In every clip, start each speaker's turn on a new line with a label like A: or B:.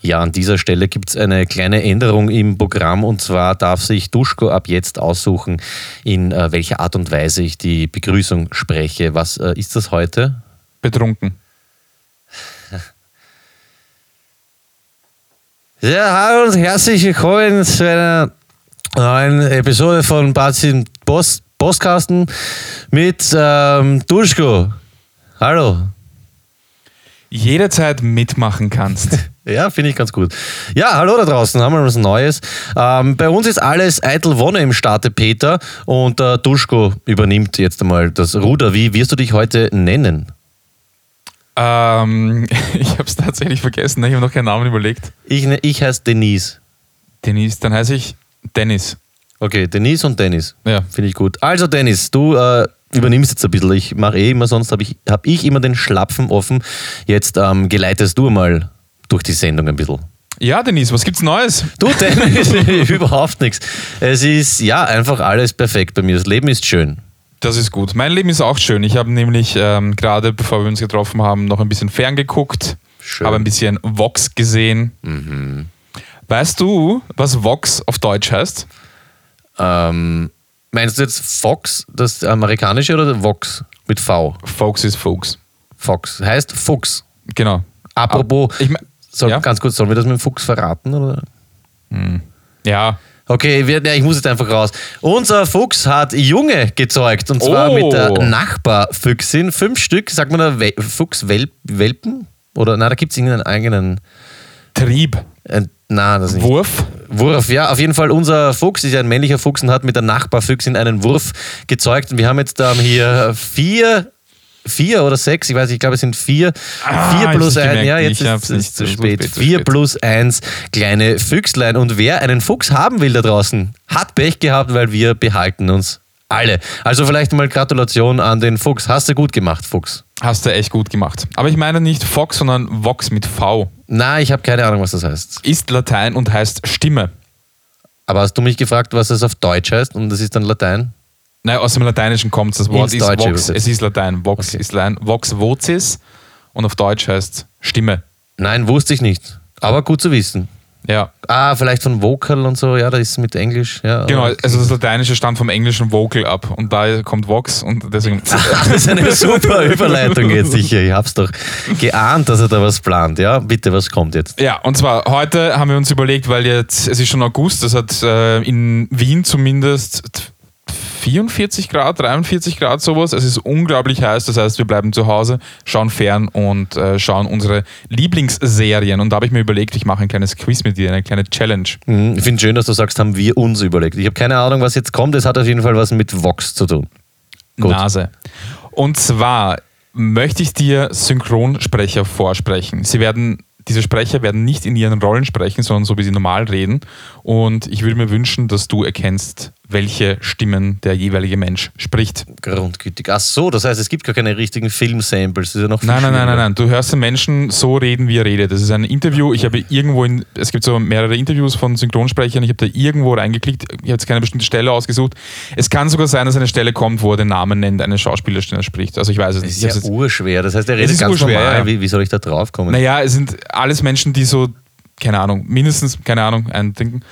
A: Ja, an dieser Stelle gibt es eine kleine Änderung im Programm und zwar darf sich Duschko ab jetzt aussuchen, in äh, welcher Art und Weise ich die Begrüßung spreche. Was äh, ist das heute?
B: Betrunken.
A: Ja, hallo und herzlich willkommen zu einer neuen Episode von Bazin Post Postkasten mit ähm, Duschko. Hallo.
B: Jederzeit mitmachen kannst.
A: Ja, finde ich ganz gut. Ja, hallo da draußen, haben wir was Neues. Ähm, bei uns ist alles eitel Wonne im Starte, Peter. Und äh, Duschko übernimmt jetzt einmal das Ruder. Wie wirst du dich heute nennen?
B: ähm, ich habe es tatsächlich vergessen. Ich habe noch keinen Namen überlegt.
A: Ich, ne- ich heiße Denise.
B: Denise, dann heiße ich Dennis.
A: Okay, Denise und Dennis.
B: Ja.
A: Finde ich gut. Also, Dennis, du äh, übernimmst jetzt ein bisschen. Ich mache eh immer, sonst habe ich, hab ich immer den Schlapfen offen. Jetzt ähm, geleitest du mal durch die Sendung ein bisschen.
B: Ja, Denise, was gibt's Neues?
A: Du, Dennis, überhaupt nichts. Es ist ja einfach alles perfekt bei mir. Das Leben ist schön.
B: Das ist gut. Mein Leben ist auch schön. Ich habe nämlich ähm, gerade, bevor wir uns getroffen haben, noch ein bisschen ferngeguckt.
A: Schön. Mhm.
B: Habe ein bisschen Vox gesehen. Weißt du, was Vox auf Deutsch heißt?
A: Ähm, meinst du jetzt Fox, das amerikanische oder Vox mit V?
B: Fox ist Fuchs.
A: Fox heißt Fuchs.
B: Genau.
A: Apropos,
B: Ich mein,
A: soll,
B: ja?
A: ganz kurz, sollen wir das mit dem Fuchs verraten? Oder?
B: Ah, ja,
A: Okay, wir, ja, ich muss jetzt einfach raus. Unser Fuchs hat Junge gezeugt und zwar
B: Oh.
A: mit der Nachbarfüchsin. Fünf Stück, sagt man da We Fuchswelpen? Oder na, da gibt es irgendeinen eigenen.
B: Trieb,
A: Äh, na, das ist nicht.
B: Wurf.
A: Wurf, ja, auf jeden Fall. Unser Fuchs ist ja ein männlicher Fuchs und hat mit der Nachbarfüchsin einen Wurf gezeugt. Und wir haben jetzt ähm, hier vier, vier oder sechs, ich weiß nicht, ich glaube, es sind vier.
B: Ah,
A: vier
B: hab's
A: plus
B: nicht
A: ein,
B: gemerkt.
A: ja,
B: Ich
A: jetzt
B: hab's
A: ist
B: nicht.
A: es zu
B: Zu
A: spät.
B: spät, zu
A: Vier
B: spät.
A: plus eins kleine Füchslein. Und wer einen Fuchs haben will da draußen, hat Pech gehabt, weil wir behalten uns alle. Also vielleicht mal Gratulation an den Fuchs. Hast du gut gemacht, Fuchs.
B: Hast du echt gut gemacht. Aber ich meine nicht Fox, sondern Vox mit V.
A: Na, ich habe keine Ahnung, was das heißt.
B: Ist Latein und heißt Stimme.
A: Aber hast du mich gefragt, was es auf Deutsch heißt und das ist dann Latein?
B: Naja, aus dem Lateinischen kommt das Wort.
A: Ins
B: Ist
A: Deutsche
B: Vox.
A: übersetzt.
B: Es ist Latein. Vox ist Latein. Vox vocis. Und auf Deutsch heißt Stimme.
A: Nein, wusste ich nicht. Aber gut zu wissen.
B: Ja,
A: Ah, vielleicht von Vocal und so, ja, da ist es mit Englisch. Ja,
B: genau.
A: aber-
B: Also das Lateinische stammt vom englischen Vocal ab. Und da kommt Vox und deswegen.
A: Das ist eine super Überleitung jetzt sicher. Ich hab's doch geahnt, dass er da was plant. Ja, bitte, was kommt jetzt?
B: Ja, und zwar heute haben wir uns überlegt, weil jetzt, es ist schon August, es hat äh, in Wien zumindest 44 Grad, 43 Grad sowas. Es ist unglaublich heiß, das heißt, wir bleiben zu Hause, schauen fern und äh, schauen unsere Lieblingsserien. Und da habe ich mir überlegt, ich mache ein kleines Quiz mit dir, eine kleine Challenge.
A: Hm, Ich finde schön, dass du sagst, haben wir uns überlegt. Ich habe keine Ahnung, was jetzt kommt. Es hat auf jeden Fall was mit Vox zu tun. Gut.
B: Nase. Und zwar möchte ich dir Synchronsprecher vorsprechen. Sie werden, diese Sprecher werden nicht in ihren Rollen sprechen, sondern so wie sie normal reden. Und ich würde mir wünschen, dass du erkennst, welche Stimmen der jeweilige Mensch spricht.
A: Grundgütig. Ach so, das heißt, es gibt gar keine richtigen Film-Samples. Das ist ja noch viel
B: Nein, nein, nein,
A: schwieriger.
B: nein, nein. Du hörst den Menschen so reden, wie er redet. Das ist ein Interview. Ich habe irgendwo in, es gibt so mehrere Interviews von Synchronsprechern. Ich habe da irgendwo reingeklickt. Ich habe jetzt keine bestimmte Stelle ausgesucht. Es kann sogar sein, dass eine Stelle kommt, wo er den Namen nennt, eine Schauspielerstimme spricht. Also ich weiß es nicht.
A: Das
B: Ich habe es
A: ist
B: jetzt-
A: ja urschwer. Das heißt, er redet
B: ist
A: ganz
B: urschwer,
A: normal.
B: ja.
A: Wie, wie soll ich da drauf kommen?
B: Naja, es sind alles Menschen, die so, keine Ahnung, mindestens, keine Ahnung, ein Ding,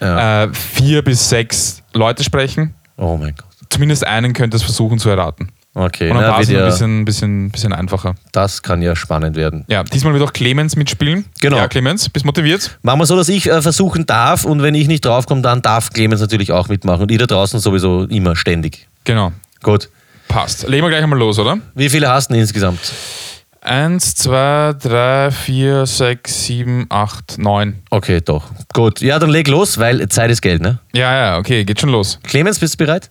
B: äh, vier bis sechs Leute sprechen.
A: Oh mein Gott.
B: Zumindest einen könntest es versuchen zu erraten.
A: Okay,
B: Und dann
A: na,
B: war es
A: wird
B: ein
A: ja,
B: bisschen, bisschen, bisschen einfacher.
A: das kann ja spannend werden.
B: Ja, diesmal wird auch Clemens mitspielen.
A: Genau.
B: Ja, Clemens, bist motiviert?
A: Machen wir so, dass ich äh, versuchen darf und wenn ich nicht draufkomme, dann darf Clemens natürlich auch mitmachen und ihr da draußen sowieso immer ständig.
B: Genau.
A: Gut.
B: Passt. Legen wir gleich einmal los, oder?
A: Wie viele hast du denn insgesamt?
B: Eins, zwei, drei, vier, sechs, sieben, acht, neun.
A: Okay, doch. Gut. Ja, dann leg los, weil Zeit ist Geld, ne?
B: Ja, ja, okay, geht schon los.
A: Clemens, bist du bereit?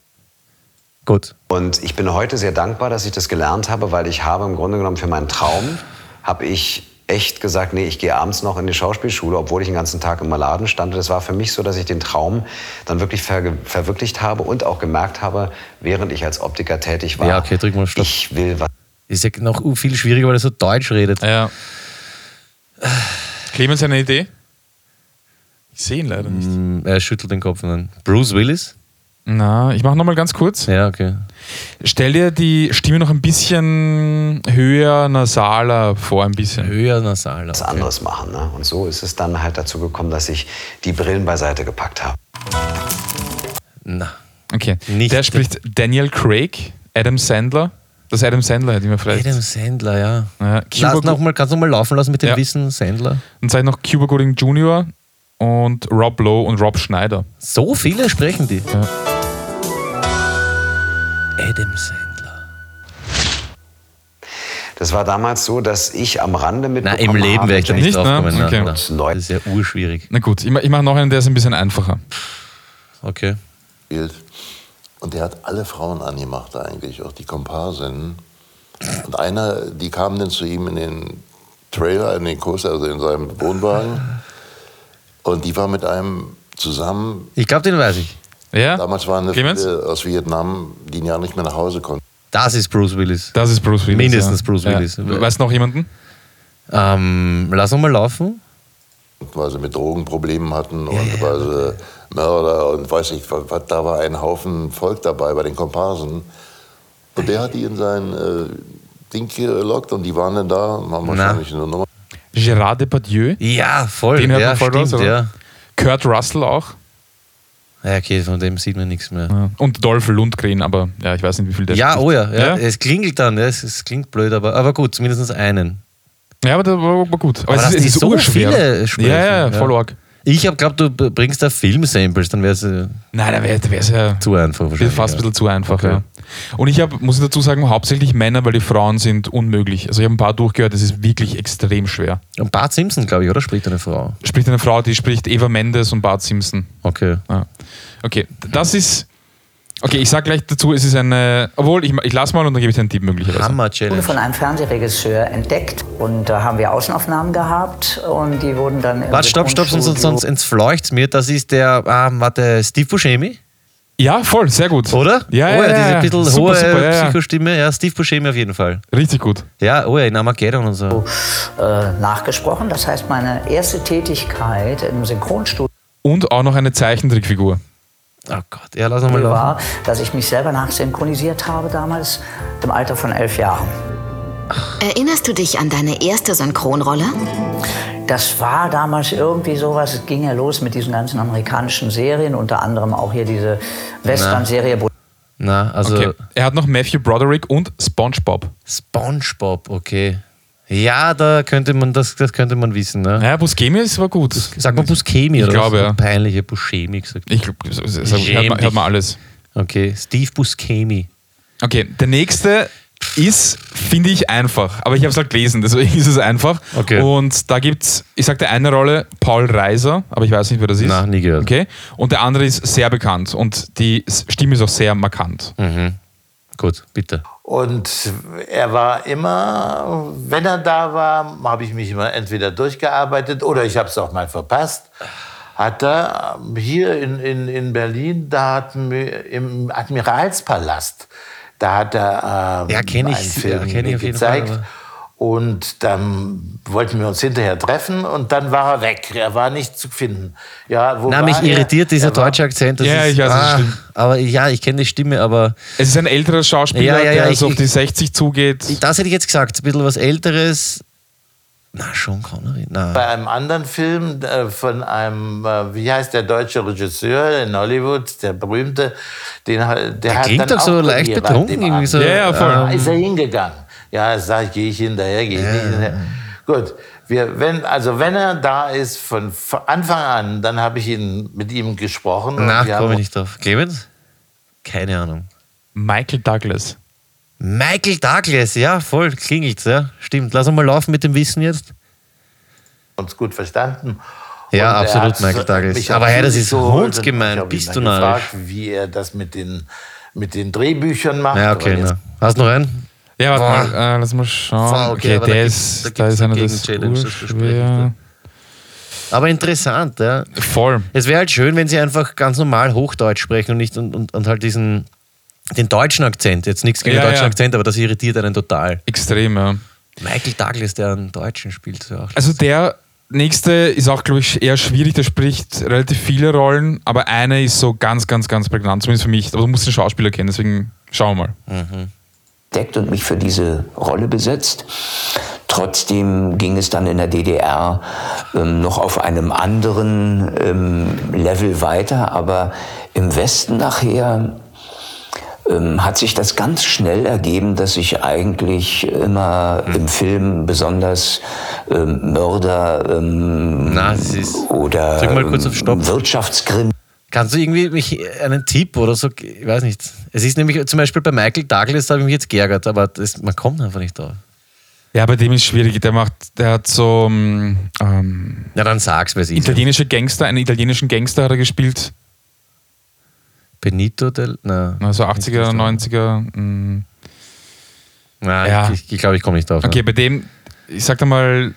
A: Gut.
C: Und ich bin heute sehr dankbar, dass ich das gelernt habe, weil ich habe im Grunde genommen für meinen Traum, habe ich echt gesagt, nee, ich gehe abends noch in die Schauspielschule, obwohl ich den ganzen Tag im Laden stand. Und es war für mich so, dass ich den Traum dann wirklich verge- verwirklicht habe und auch gemerkt habe, während ich als Optiker tätig war,
A: Ja, okay, drück mal Stopp.
C: ich will was
A: Ist ja noch viel schwieriger, weil er so Deutsch redet.
B: Ja. Clemens, eine Idee? Ich sehe ihn leider nicht.
A: Ähm, Hm, Er schüttelt den Kopf. Nein. Bruce Willis?
B: Na, ich mache nochmal ganz kurz.
A: Ja, okay.
B: Stell dir die Stimme noch ein bisschen höher, nasaler vor, ein bisschen.
A: Höher nasaler.
C: was anderes machen. Ne? Und so ist es dann halt dazu gekommen, dass ich die Brillen beiseite gepackt habe.
A: Na.
B: Okay.
A: Nicht-
B: Der spricht Daniel Craig, Adam Sandler. Das Adam Sandler hätte ich mir vielleicht.
A: Adam Sandler, ja.
B: Ja, Cuba
A: Lass noch mal, kannst du noch mal laufen lassen mit dem
B: Ja.
A: Wissen, Sandler?
B: Dann sage ich noch Cuba Gooding Jr. und Rob Lowe und Rob Schneider.
A: So viele sprechen die.
B: Ja.
A: Adam Sandler.
C: Das war damals so, dass ich am Rande mit.
A: Na, im Leben wäre ich da nicht,
B: Nicht, ne?
A: draufgekommen.
B: Okay.
A: Na, na. Das ist ja urschwierig.
B: Na gut, ich mache mach noch einen, der ist ein bisschen einfacher.
A: Okay.
D: gespielt. Und der hat alle Frauen angemacht eigentlich, auch die Komparsinnen. Und einer, die kam dann zu ihm in den Trailer, in den Kurs, also in seinem Wohnwagen. Und die war mit einem zusammen.
A: Ich glaube, den weiß ich.
B: Ja?
D: Damals waren das
B: Clemens?
D: viele aus Vietnam, die ja nicht mehr nach Hause konnten.
A: Das ist Bruce Willis.
B: Das ist Bruce Willis.
A: Mindestens Bruce Willis.
B: Ja. Weißt du noch jemanden?
A: Ähm, lass noch mal laufen.
D: weil sie mit Drogenproblemen hatten und weil sie Mörder und weiß ich was, was, da war ein Haufen Volk dabei bei den Komparsen. Und der hat die in sein äh, Ding gelockt und die waren dann da und haben
A: Na.
D: wahrscheinlich eine Nummer.
B: Gerard Depardieu.
A: Ja, voll.
B: Den hört
A: ja,
B: man voll raus,
A: stimmt, ja.
B: oder? Kurt Russell auch.
A: ja. Okay, von dem sieht man nichts mehr.
B: Ja. Und Dolph Lundgren, aber ja, ich weiß nicht, wie viel der
A: Ja,
B: spricht.
A: oh ja, ja,
B: ja?
A: Es klingelt dann, ja, es, es klingt blöd, aber, aber gut, zumindest einen.
B: Ja, aber das war, war gut. Aber,
A: Aber
B: es
A: dass
B: ist, es
A: die
B: ist
A: so
B: urschwer.
A: viele sprechen,
B: ja, ja,
A: ja.
B: voll arg.
A: Ich habe glaubt, du b- bringst da Filmsamples, dann wäre es äh,
B: Nein, da wäre es ja
A: zu einfach wahrscheinlich.
B: fast
A: ja.
B: ein bisschen zu einfach.
A: Okay.
B: Ja. Und ich habe, muss ich dazu sagen, hauptsächlich Männer, weil die Frauen sind unmöglich. Also ich habe ein paar durchgehört, das ist wirklich extrem schwer.
A: Und Bart Simpson, glaube ich, oder? Spricht eine Frau.
B: Spricht eine Frau, die spricht Eva Mendes und Bart Simpson.
A: Okay.
B: Ah. Okay, das ist... Okay, ich sag gleich dazu, es ist eine... Obwohl, ich, ich lass mal und dann gebe ich dir einen Tipp möglicherweise.
A: Hammer
E: Wurde
A: Challenge.
E: von einem Fernsehregisseur entdeckt und da haben wir Außenaufnahmen gehabt und die wurden dann im
A: Warte, stopp, stopp, sonst,
E: Synchronstudio-
A: sonst entfleucht's mir. Das ist der, ah, warte, Steve Buscemi,
B: Ja, voll, sehr gut.
A: oder?
B: Ja,
A: oh,
B: ja, ja,
A: diese
B: ja.
A: bisschen
B: Super,
A: hohe
B: super, ja, ja.
A: Psychostimme. Ja, Steve Buscemi auf jeden Fall.
B: Richtig gut.
A: Ja, oh ja, in Armageddon und so.
E: äh, nachgesprochen. Das heißt, meine erste Tätigkeit im Synchronstudio
B: Und auch noch eine Zeichentrickfigur.
A: Oh Gott, ja, lass nochmal laufen.
E: war, dass ich mich selber nachsynchronisiert habe damals im Alter von elf Jahren.
F: Erinnerst du dich an deine erste Synchronrolle?
E: Das war damals irgendwie sowas, es ging ja los mit diesen ganzen amerikanischen Serien, unter anderem auch hier diese Western-Serie. Br-
A: Na, also
B: Okay. Er hat noch Matthew Broderick und SpongeBob.
A: SpongeBob, okay. Ja, da könnte man, das, das könnte man wissen, ne?
B: Ja, Buscemi ist war gut.
A: Sagt man Buscemi
B: Ich
A: oder
B: glaube,
A: was?
B: ja.
A: Peinliche Buscemi gesagt.
B: Ich glaube, hört, man- hört man alles.
A: Okay, Steve Buscemi.
B: Okay, der nächste ist, finde ich, einfach. Aber ich habe es halt gelesen, deswegen ist es einfach.
A: Okay.
B: Und da gibt's, ich sagte eine Rolle, Paul Reiser, aber ich weiß nicht, wer das ist.
A: Na, nie gehört.
B: Okay. Und der andere ist sehr bekannt und die Stimme ist auch sehr markant.
A: Hm. Gut, bitte.
G: Und er war immer, wenn er da war, habe ich mich immer entweder durchgearbeitet oder ich habe es auch mal verpasst. Hat er ähm, hier in, in, in Berlin, da hat mir im Admiralspalast, da hat er ähm,
A: Ja, kenn ich,
G: einen
A: ja,
G: Film
A: kenn ich auf jeden
G: gezeigt.
A: Fall, aber-
G: und dann wollten wir uns hinterher treffen und dann war er weg. Er war nicht zu finden. Ja, wo
A: Na,
G: war
A: mich
G: er?
A: irritiert dieser
G: er war,
A: deutsche Akzent. Das
B: Ja,
A: ist,
B: ich weiß, das
A: ah,
B: stimmt.
A: Aber ja, ich kenne die Stimme, aber
B: Es ist ein älterer
A: Ja,
B: Schauspieler,
A: ja, ja,
B: der
A: ich-
B: so auf die
A: ich-
B: 60 zugeht.
A: das hätte ich jetzt gesagt. Ein bisschen was Älteres. Na, schon Connery. Na,
G: bei einem anderen Film äh, von einem, äh, wie heißt der deutsche Regisseur in Hollywood, der berühmte, den, der, der hat
A: klingt
G: dann
A: doch so
G: auch
A: leicht
G: probiert,
A: betrunken,
G: an dem
A: irgendwie so,
G: Abend.
B: Ja, ja, voll.
G: Da Ah, ist er hingegangen. Ja, sag ich, gehe ich hinterher, gehe ich nicht hinterher. Gut, wir, wenn, also wenn er da ist von von Anfang an, dann habe ich ihn, mit ihm gesprochen. und
A: na komme ich
G: wir haben
A: nicht drauf. Clemens? Keine Ahnung.
B: Michael Douglas.
A: Michael Douglas, ja, voll, klingelt, ja, stimmt. Lass uns mal laufen mit dem Wissen jetzt.
G: uns gut verstanden.
A: Ja,
G: er
A: absolut,
G: hat
A: Michael Douglas.
G: mich
A: Aber
G: auch
A: hey, das
G: wirklich
A: ist
G: geholt und
A: hundsgemein.
G: ich hab ihn
A: Bist
G: dann
A: du
G: gefragt, wie er das mit den, mit den Drehbüchern macht.
A: Ja,
G: Aber
A: okay.
G: jetzt
A: Na. Hast noch einen?
B: Ja, warte
A: Boah.
B: mal, äh, lass mal schauen.
A: Boah, Ah. okay,
B: okay,
A: aber da
B: der
A: gibt's- da
B: ist, da
A: gibt's
B: ist
A: eine
B: einer, das
A: Gegenchallenge, das besprechen
B: urschwer.
A: Aber interessant, ja.
B: Voll.
A: Es wäre halt schön, wenn sie einfach ganz normal Hochdeutsch sprechen und nicht und, und, und halt diesen den deutschen Akzent. Jetzt nichts gegen
B: Ja,
A: den deutschen
B: ja.
A: Akzent, aber das irritiert einen total.
B: Extrem, ja.
A: Michael Douglas, der einen Deutschen spielt, ist ja auch.
B: Also der, nächste ist auch, glaube ich, eher schwierig. Der spricht relativ viele Rollen, aber eine ist so ganz, ganz, ganz prägnant, zumindest für mich. Aber du musst den Schauspieler kennen, deswegen schauen wir mal.
H: entdeckt und mich für diese Rolle besetzt. Trotzdem ging es dann in der DDR ähm, noch auf einem anderen ähm, Level weiter, aber im Westen nachher ähm, hat sich das ganz schnell ergeben, dass ich eigentlich immer
A: Hm.
H: im Film besonders ähm, Mörder ähm,
A: Nazis.
H: oder ähm,
A: Drück mal kurz auf Stopp.
H: Wirtschaftskrim
A: Kannst du irgendwie mich äh, einen Tipp oder so, ich weiß nicht. Es ist nämlich zum Beispiel bei Michael Douglas, da habe ich mich jetzt geärgert, aber das, man kommt einfach nicht drauf.
B: Ja, bei dem ist schwierig. Der macht, der hat so ähm, ähm,
A: Na dann sag's, weil es ist.
B: italienische Gangster, einen italienischen Gangster hat er gespielt.
A: Benito del. Na,
B: Also 80er, 90er. mm.
A: na
B: Ja.
A: ich glaube, ich, glaub, ich komme nicht drauf.
B: Okay, bei dem, ich sag da mal,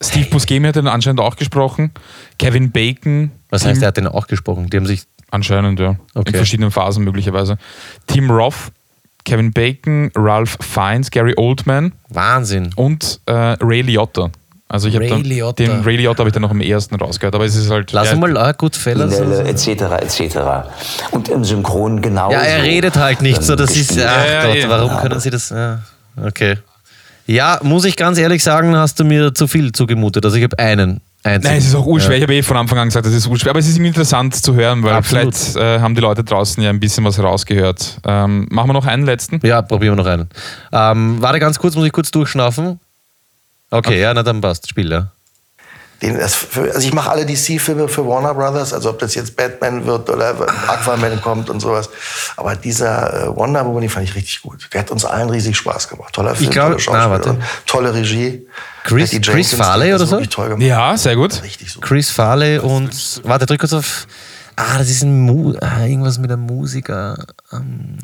B: Steve Buscemi hat den anscheinend auch gesprochen. Kevin Bacon.
A: Was heißt, er hat den auch gesprochen? Die haben sich.
B: Anscheinend, ja.
A: Okay.
B: In verschiedenen Phasen möglicherweise. Tim Roth, Kevin Bacon, Ralph Fiennes, Gary Oldman
A: Wahnsinn.
B: und äh, Ray Liotta. Also ich habe
A: Ray Liotta.
B: den Ray Liotta habe ich dann noch am ersten rausgehört, aber es ist halt
A: Lass
B: ja,
A: ihn mal ah, gut fällen.
H: Kriminelle etc. etc. Und im Synchron ähm, genau.
A: Ja, er redet halt nicht so. Das ist. Ach
B: Ja, ja,
A: Gott,
B: eben.
A: warum können sie das. Ja, okay. Ja, muss ich ganz ehrlich sagen, hast du mir zu viel zugemutet. Also ich habe einen. Einzigen.
B: Nein, es ist auch urschwer. Ich habe eh von Anfang an gesagt, es ist urschwer. Aber es ist irgendwie interessant zu hören, weil
A: Absolut.
B: vielleicht äh, haben die Leute draußen ja ein bisschen was rausgehört. Ähm, machen wir noch einen letzten?
A: Ja, probieren wir noch einen. Ähm, warte ganz kurz, muss ich kurz durchschnaufen? Okay, ja, na dann passt. Spiel, ja.
I: Den, das, für, also ich mache alle DC-Filme für Warner Brothers, also ob das jetzt Batman wird oder Aquaman kommt und sowas. Aber dieser äh, Wonder Woman, den fand ich richtig gut. Der hat uns allen riesig Spaß gemacht. Toller Film,
A: glaub-
I: tolle Schauspieler,
A: na, warte.
I: und tolle Regie.
A: Chris-
I: Patty
A: Chris
I: Jenkins,
A: Farley
I: die hat das
A: oder so?
I: wirklich Toll gemacht.
B: Ja, sehr gut.
I: Richtig so.
A: Chris Farley und. Warte, drück kurz auf. Ah, das ist ein Mu ah, irgendwas mit einem Musiker. Ähm,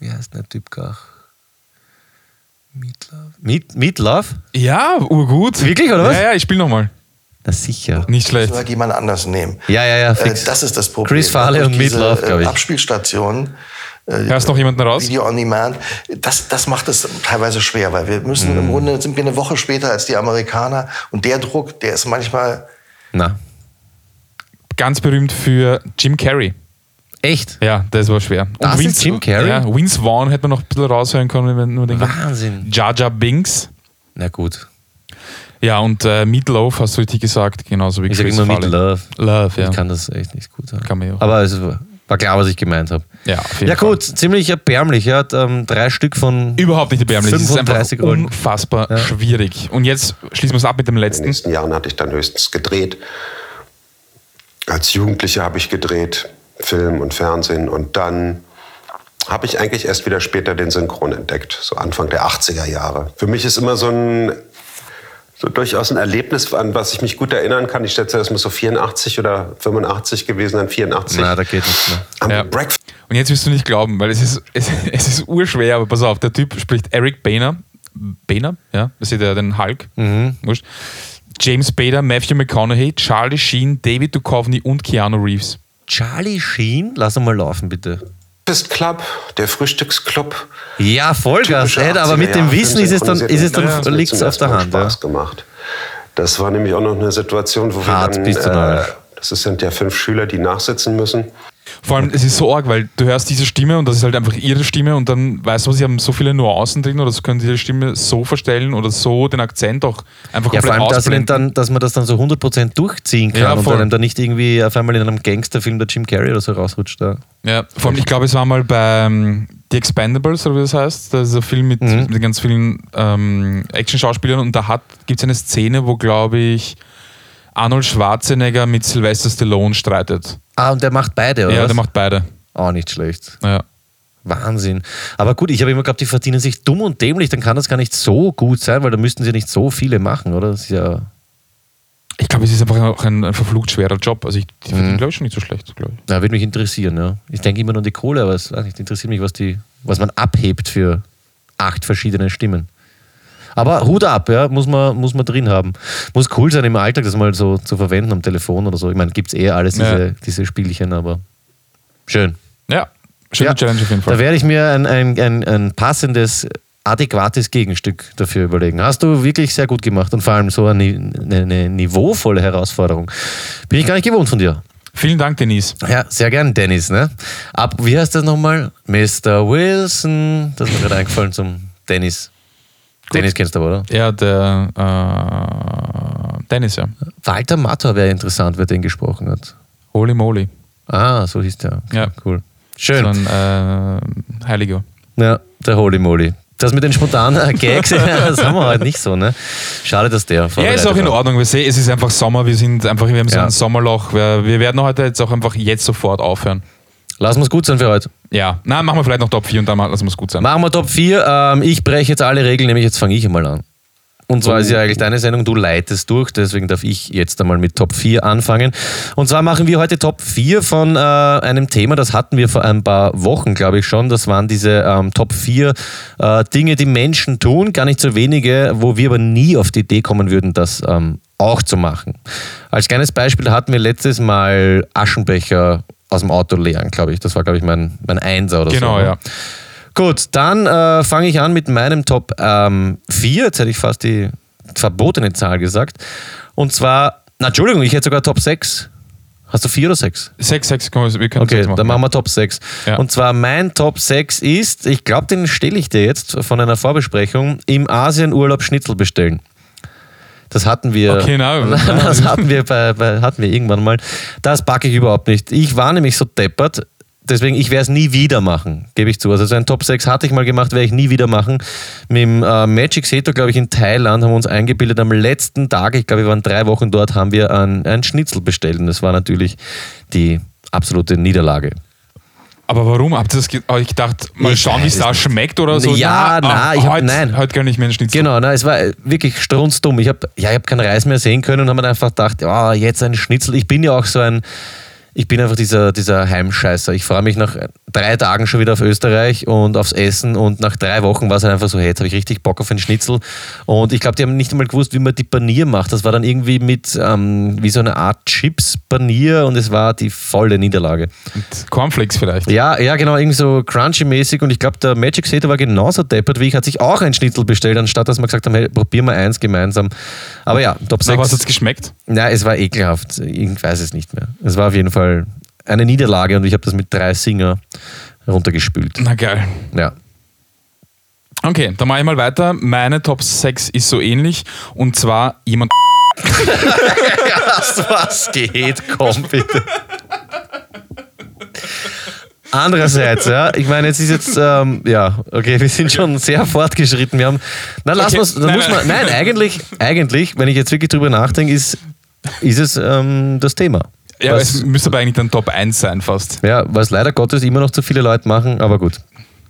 A: wie heißt der Typ gar? Meatloaf? Meat, Meatloaf?
B: Ja, urgut.
A: Wirklich, oder was?
B: Ja, ja, ich spiele nochmal.
A: Na sicher.
B: Nicht schlecht.
I: Müssen wir jemand anders nehmen.
A: Ja, ja, ja,
I: Äh,
A: fix.
I: das ist das Problem.
A: Chris Farley
I: Durch
A: und
I: diese,
A: Meat Loaf,
I: äh,
A: glaub ich.
I: Abspielstationen. äh,
B: Hörst noch jemanden raus?
I: Video on Demand, das, das macht es teilweise schwer, weil wir
A: Hm.
I: müssen im Grunde sind wir eine Woche später als die Amerikaner und der Druck, der ist manchmal
A: Na.
B: Ganz berühmt für Jim Carrey.
A: Echt?
B: Ja, das war schwer. Und
A: Das ist Jim Carrey?
B: Ja, Vince Vaughn hätte man noch ein bisschen raushören können, wenn man den
A: Wahnsinn.
B: Jaja Binks.
A: Na gut.
B: Ja, und äh, Meatloaf hast du richtig gesagt, genauso wie
A: Ich sag
B: Chris
A: immer
B: Farley.
A: Meatloaf.
B: Love, ja.
A: Ich kann das echt nicht gut.
B: Kann man ja auch.
A: Aber es war klar, was ich gemeint habe.
B: Ja, auf jeden
A: Ja,
B: Fall.
A: gut, ziemlich erbärmlich. Er hat ähm, drei Stück von.
B: Überhaupt nicht erbärmlich. Es ist einfach
A: 35 Rollen.
B: unfassbar
A: Ja.
B: schwierig. Und jetzt schließen wir es ab mit dem
J: In
B: letzten.
J: den nächsten Jahren hatte ich dann höchstens gedreht. Als Jugendlicher habe ich gedreht, Film und Fernsehen. Und dann habe ich eigentlich erst wieder später den Synchron entdeckt, so Anfang der 80er Jahre. Für mich ist immer so ein so durchaus ein Erlebnis, an was ich mich gut erinnern kann. Ich schätze, das muss so 84 oder 85 gewesen sein, 84.
A: Na, da geht nichts mehr.
J: Am
B: Ja.
J: Breakfast
B: Und jetzt wirst du nicht glauben, weil es ist, es, es ist urschwer, aber pass auf, der Typ spricht Eric Boehner. Boehner, ja, das ist ja den Hulk.
A: Mhm.
B: Wurscht. James Bader, Matthew McConaughey, Charlie Sheen, David Duchovny und Keanu Reeves.
A: Charlie Sheen? Lass ihn mal laufen, bitte.
J: Club, der Frühstücksclub.
A: Ja, Vollgas,
J: Typische
A: ey, aber mit dem
J: 80er
A: Wissen ist es dann,
J: synchronisierte
A: ist es dann
J: Filme. Das hat mir
A: liegt's
J: zum
A: auf der
J: ersten Mal
A: Hand. Ja.
J: Spaß gemacht. Das war nämlich auch noch eine Situation, wo
A: Hart
J: wir dann, äh,
A: bist du noch.
J: das sind ja fünf Schüler, die nachsitzen müssen.
B: Vor allem, es ist so arg, weil du hörst diese Stimme und das ist halt einfach ihre Stimme und dann weißt du, sie haben so viele Nuancen drin oder sie können ihre Stimme so verstellen oder so den Akzent auch einfach
A: Ja, vor
B: komplett
A: allem, dass man,
B: ausblenden.
A: dann, dass man das dann so 100% durchziehen kann
B: Ja,
A: und
B: voll.
A: dann, dann nicht irgendwie auf einmal in einem Gangsterfilm der Jim Carrey oder so rausrutscht. Da.
B: Ja, vor allem, ich glaube, es war mal bei ähm, The Expendables, oder wie das heißt. Da ist ein Film mit,
A: Mhm.
B: mit ganz vielen ähm, Action-Schauspielern und da gibt es eine Szene, wo, glaube ich, Arnold Schwarzenegger mit Sylvester Stallone streitet.
A: Ah, und der macht beide, oder?
B: ja,
A: was?
B: der macht beide.
A: Auch nicht schlecht.
B: Ja.
A: Wahnsinn. Aber gut, ich habe immer geglaubt, die verdienen sich dumm und dämlich, dann kann das gar nicht so gut sein, weil da müssten sie nicht so viele machen, oder? Das ist ja.
B: Ich glaube, es ist einfach auch ein, ein verflucht schwerer Job. Also, ich die
A: Mhm.
B: verdienen, glaube ich, schon nicht so schlecht, glaube ich.
A: Na, würde mich interessieren, ja. Ich denke immer nur an die Kohle, aber es weiß nicht, interessiert mich, was, die, was man abhebt für acht verschiedene Stimmen. Aber Hut ab, ja, muss man, muss man drin haben. Muss cool sein im Alltag, das mal so zu verwenden am Telefon oder so. Ich meine, gibt es eh alles, diese,
B: Ja.
A: diese Spielchen, aber schön.
B: Ja, schöne
A: Ja,
B: Challenge auf jeden
A: Da
B: Fall.
A: werde ich mir ein, ein, ein, ein passendes adäquates Gegenstück dafür überlegen. Hast du wirklich sehr gut gemacht und vor allem so eine, eine, eine niveauvolle Herausforderung. Bin ich gar nicht gewohnt von dir.
B: Vielen Dank, Denise.
A: Ja, sehr gern, Dennis. Ne? Ab, wie heißt das nochmal? Mr. Wilson. Das ist mir gerade eingefallen zum Dennis. Dennis kennst du aber, oder?
B: Ja, der äh, Dennis, ja.
A: Walter Matthau wäre interessant, wer den gesprochen hat.
B: Holy moly.
A: Ah, so hieß der.
B: Ja.
A: Cool. Schön.
B: So ein äh, Heiliger.
A: Ja, der Holy Moly. Das mit den spontanen Gags, das haben wir heute nicht so, ne? Schade, dass der
B: Ja, ist auch in Ordnung. Wir sehen, es ist einfach Sommer. Wir sind einfach, wir haben so
A: Ja.
B: ein Sommerloch. Wir, wir werden heute jetzt auch einfach jetzt sofort aufhören.
A: Lassen wir es gut sein für heute.
B: Ja. Na, machen wir vielleicht noch Top 4 und dann mal- lassen wir es gut sein.
A: Machen wir Top 4. Ähm, ich breche jetzt alle Regeln, nämlich jetzt fange ich einmal an. Und
B: Oh.
A: zwar ist ja eigentlich deine Sendung, du leitest durch, deswegen darf ich jetzt einmal mit Top 4 anfangen. Und zwar machen wir heute Top 4 von äh, einem Thema, das hatten wir vor ein paar Wochen, glaube ich schon. Das waren diese ähm, Top 4 äh, Dinge, die Menschen tun, gar nicht so wenige, wo wir aber nie auf die Idee kommen würden, das ähm, auch zu machen. Als kleines Beispiel hatten wir letztes Mal Aschenbecher aus dem Auto leeren, glaube ich. Das war, glaube ich, mein, mein Einser oder so.
B: Genau,
A: ne?
B: ja.
A: Gut, dann äh, fange ich an mit meinem Top ähm, 4. Jetzt hätte ich fast die verbotene Zahl gesagt. Und zwar, na, Entschuldigung, ich hätte sogar Top 6. Hast du 4 oder 6?
B: 6, 6, wir können
A: Okay,
B: sechs machen.
A: dann machen wir Top 6.
B: Ja.
A: Und zwar mein Top 6 ist, ich glaube, den stelle ich dir jetzt von einer Vorbesprechung, im Asienurlaub Schnitzel bestellen. Das hatten wir.
B: Okay, na,
A: das hatten wir, bei, bei, hatten wir irgendwann mal. Das packe ich überhaupt nicht. Ich war nämlich so deppert, deswegen, ich werde es nie wieder machen, gebe ich zu. Also so ein Top 6 hatte ich mal gemacht, werde ich nie wieder machen. Mit dem äh, Magic Seto, glaube ich, in Thailand haben wir uns eingebildet. Am letzten Tag, ich glaube, wir waren drei Wochen dort, haben wir ein, ein Schnitzel bestellt. Und das war natürlich die absolute Niederlage.
B: Aber warum? Habt ihr das ge- oh, Ich dachte, mal
A: Ich
B: schauen, wie es
A: weiß
B: da schmeckt oder so.
A: Ja,
B: ah,
A: na, ich hab-
B: heute,
A: nein.
B: Heute gönne ich mir einen Schnitzel.
A: Genau, na, es war äh, wirklich strunzdumm. Ich habe ja, ich hab keinen Reis mehr sehen können und habe mir einfach gedacht, ah, jetzt ein Schnitzel. Ich bin ja auch so ein, ich bin einfach dieser, dieser Heimscheißer. Ich freue mich nach drei Tagen schon wieder auf Österreich und aufs Essen und nach drei Wochen war es halt einfach so, hey, jetzt habe ich richtig Bock auf einen Schnitzel. Und ich glaube, die haben nicht einmal gewusst, wie man die Panier macht. Das war dann irgendwie mit, ähm, wie so eine Art Chips-Panier und es war die volle Niederlage.
B: Cornflakes vielleicht.
A: Ja, ja, genau, irgendwie so crunchy-mäßig. Und ich glaube, der Magic Seto war genauso deppert wie ich, hat sich auch ein Schnitzel bestellt, anstatt dass wir gesagt haben, hey, probieren wir eins gemeinsam. Aber ja, Top
B: Na, was
A: 6.
B: hat es geschmeckt?
A: Na, es war ekelhaft. Ich weiß es nicht mehr. Es war auf jeden Fall eine Niederlage und ich habe das mit drei Singer runtergespült.
B: Na geil.
A: Ja.
B: Okay, dann mache ich mal weiter. Meine Top 6 ist so ähnlich. Und zwar jemand.
A: Das was geht, komm bitte. Andererseits, ja, ich meine, jetzt ist jetzt, ähm, ja, okay, wir sind schon sehr fortgeschritten. Wir haben, na, lass
B: Okay,
A: uns, dann
B: nein,
A: muss man,
B: nein.
A: nein, eigentlich, eigentlich, wenn ich jetzt wirklich drüber nachdenke, ist, ist es ähm, das Thema.
B: Ja,
A: was,
B: es müsste aber eigentlich dann Top 1 sein fast.
A: ja, was leider Gottes immer noch zu viele Leute machen, aber gut.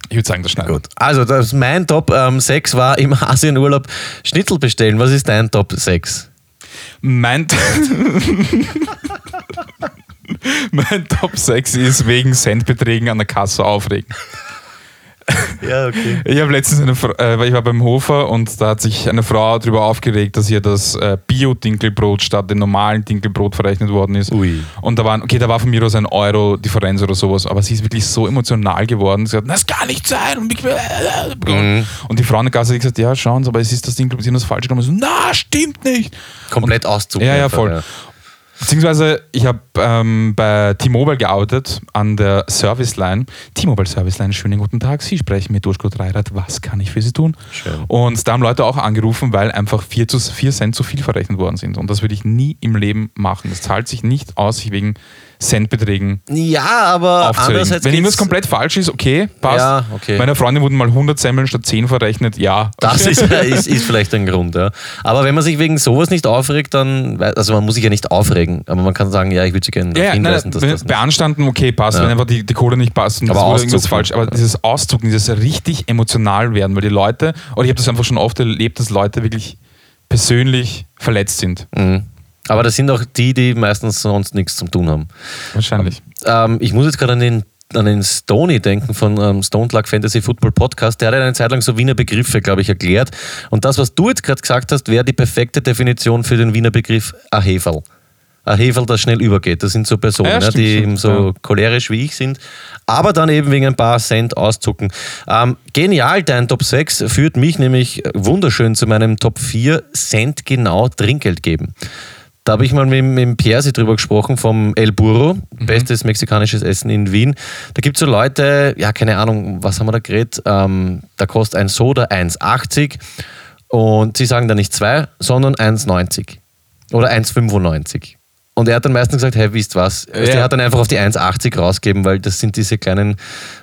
B: Ich würde sagen, das schneiden.
A: Gut. Also, das, mein Top ähm, 6 war im Asienurlaub Schnitzel bestellen. Was ist dein Top 6?
B: Mein, mein Top 6 ist wegen Centbeträgen an der Kasse aufregen.
A: Ja, okay.
B: Ich habe letztens eine Fra- äh, weil ich war beim Hofer und da hat sich eine Frau darüber aufgeregt, dass hier das äh, Bio-Dinkelbrot statt dem normalen Dinkelbrot verrechnet worden ist.
A: Ui.
B: Und da waren, okay, da war von mir aus ein Euro Differenz oder sowas, aber sie ist wirklich so emotional geworden. Sie hat, das kann nicht sein. Und, ich, und die Frau in der Kasse hat gesagt, ja, schauen Sie, aber es ist das Dinkelbrot, sie haben das falsch genommen. Ich So, Na, stimmt nicht.
A: Komplett Auszug.
B: Ja, ja,
A: einfach,
B: voll. Beziehungsweise, ich habe ähm, bei T-Mobile geoutet an der Service Line. T-Mobile Service Line, schönen guten Tag. Sie sprechen mit Duschko Dreirad. Was kann ich für Sie tun?
A: Schön.
B: Und da haben Leute auch angerufen, weil einfach 4, zu, 4 Cent zu viel verrechnet worden sind. Und das würde ich nie im Leben machen. Es zahlt sich nicht aus, sich wegen Centbeträgen
A: Ja, aber
B: aufzuregen.
A: andererseits
B: Wenn irgendwas
A: geht's-
B: komplett falsch ist, okay, passt.
A: Ja, okay.
B: Meiner Freundin wurden mal 100 Semmeln statt 10 verrechnet. Ja,
A: Das ist, ist, ist vielleicht ein Grund, ja. Aber wenn man sich wegen sowas nicht aufregt, dann, wei- also man muss sich ja nicht aufregen, aber man kann sagen, ja, ich würde Sie gerne darauf
B: Ja, ja,
A: hinweisen,
B: nein,
A: dass
B: wenn-
A: das nicht.
B: beanstanden, okay, passt,
A: Ja.
B: wenn einfach die, die Kohle nicht passt und
A: Aber
B: das wurde
A: Auszug,
B: irgendwas falsch. Aber
A: ja.
B: dieses Auszucken, dieses richtig emotional werden, weil die Leute, oder ich habe das einfach schon oft erlebt, dass Leute wirklich persönlich verletzt sind.
A: Mhm. Aber das sind auch die, die meistens sonst nichts zum tun haben.
B: Wahrscheinlich.
A: Ähm, ich muss jetzt gerade an den, an den Stony denken von ähm, Stone Luck Fantasy Football Podcast. Der hat ja eine Zeit lang so Wiener Begriffe, glaube ich, erklärt. Und das, was du jetzt gerade gesagt hast, wäre die perfekte Definition für den Wiener Begriff Aheferl. ein Hefel, das schnell übergeht. Das sind so Personen,
B: Ja,
A: ne,
B: stimmt,
A: die
B: stimmt,
A: eben so cholerisch wie ich sind, aber dann eben wegen ein paar Cent auszucken. Ähm, genial, dein Top 6 führt mich nämlich wunderschön zu meinem Top 4 Cent genau Trinkgeld geben. Da habe ich mal mit, mit dem Persi drüber gesprochen vom El Burro, bestes mexikanisches Essen in Wien. Da gibt es so Leute, ja, keine Ahnung, was haben wir da geredet? Ähm, da kostet ein Soda 1,80 und sie sagen da nicht 2, sondern 1,90 oder 1,95. Und er hat dann meistens gesagt, hey, wisst was?
B: Ja.
A: Er hat dann einfach auf die 1,80 rausgegeben, weil das sind diese kleinen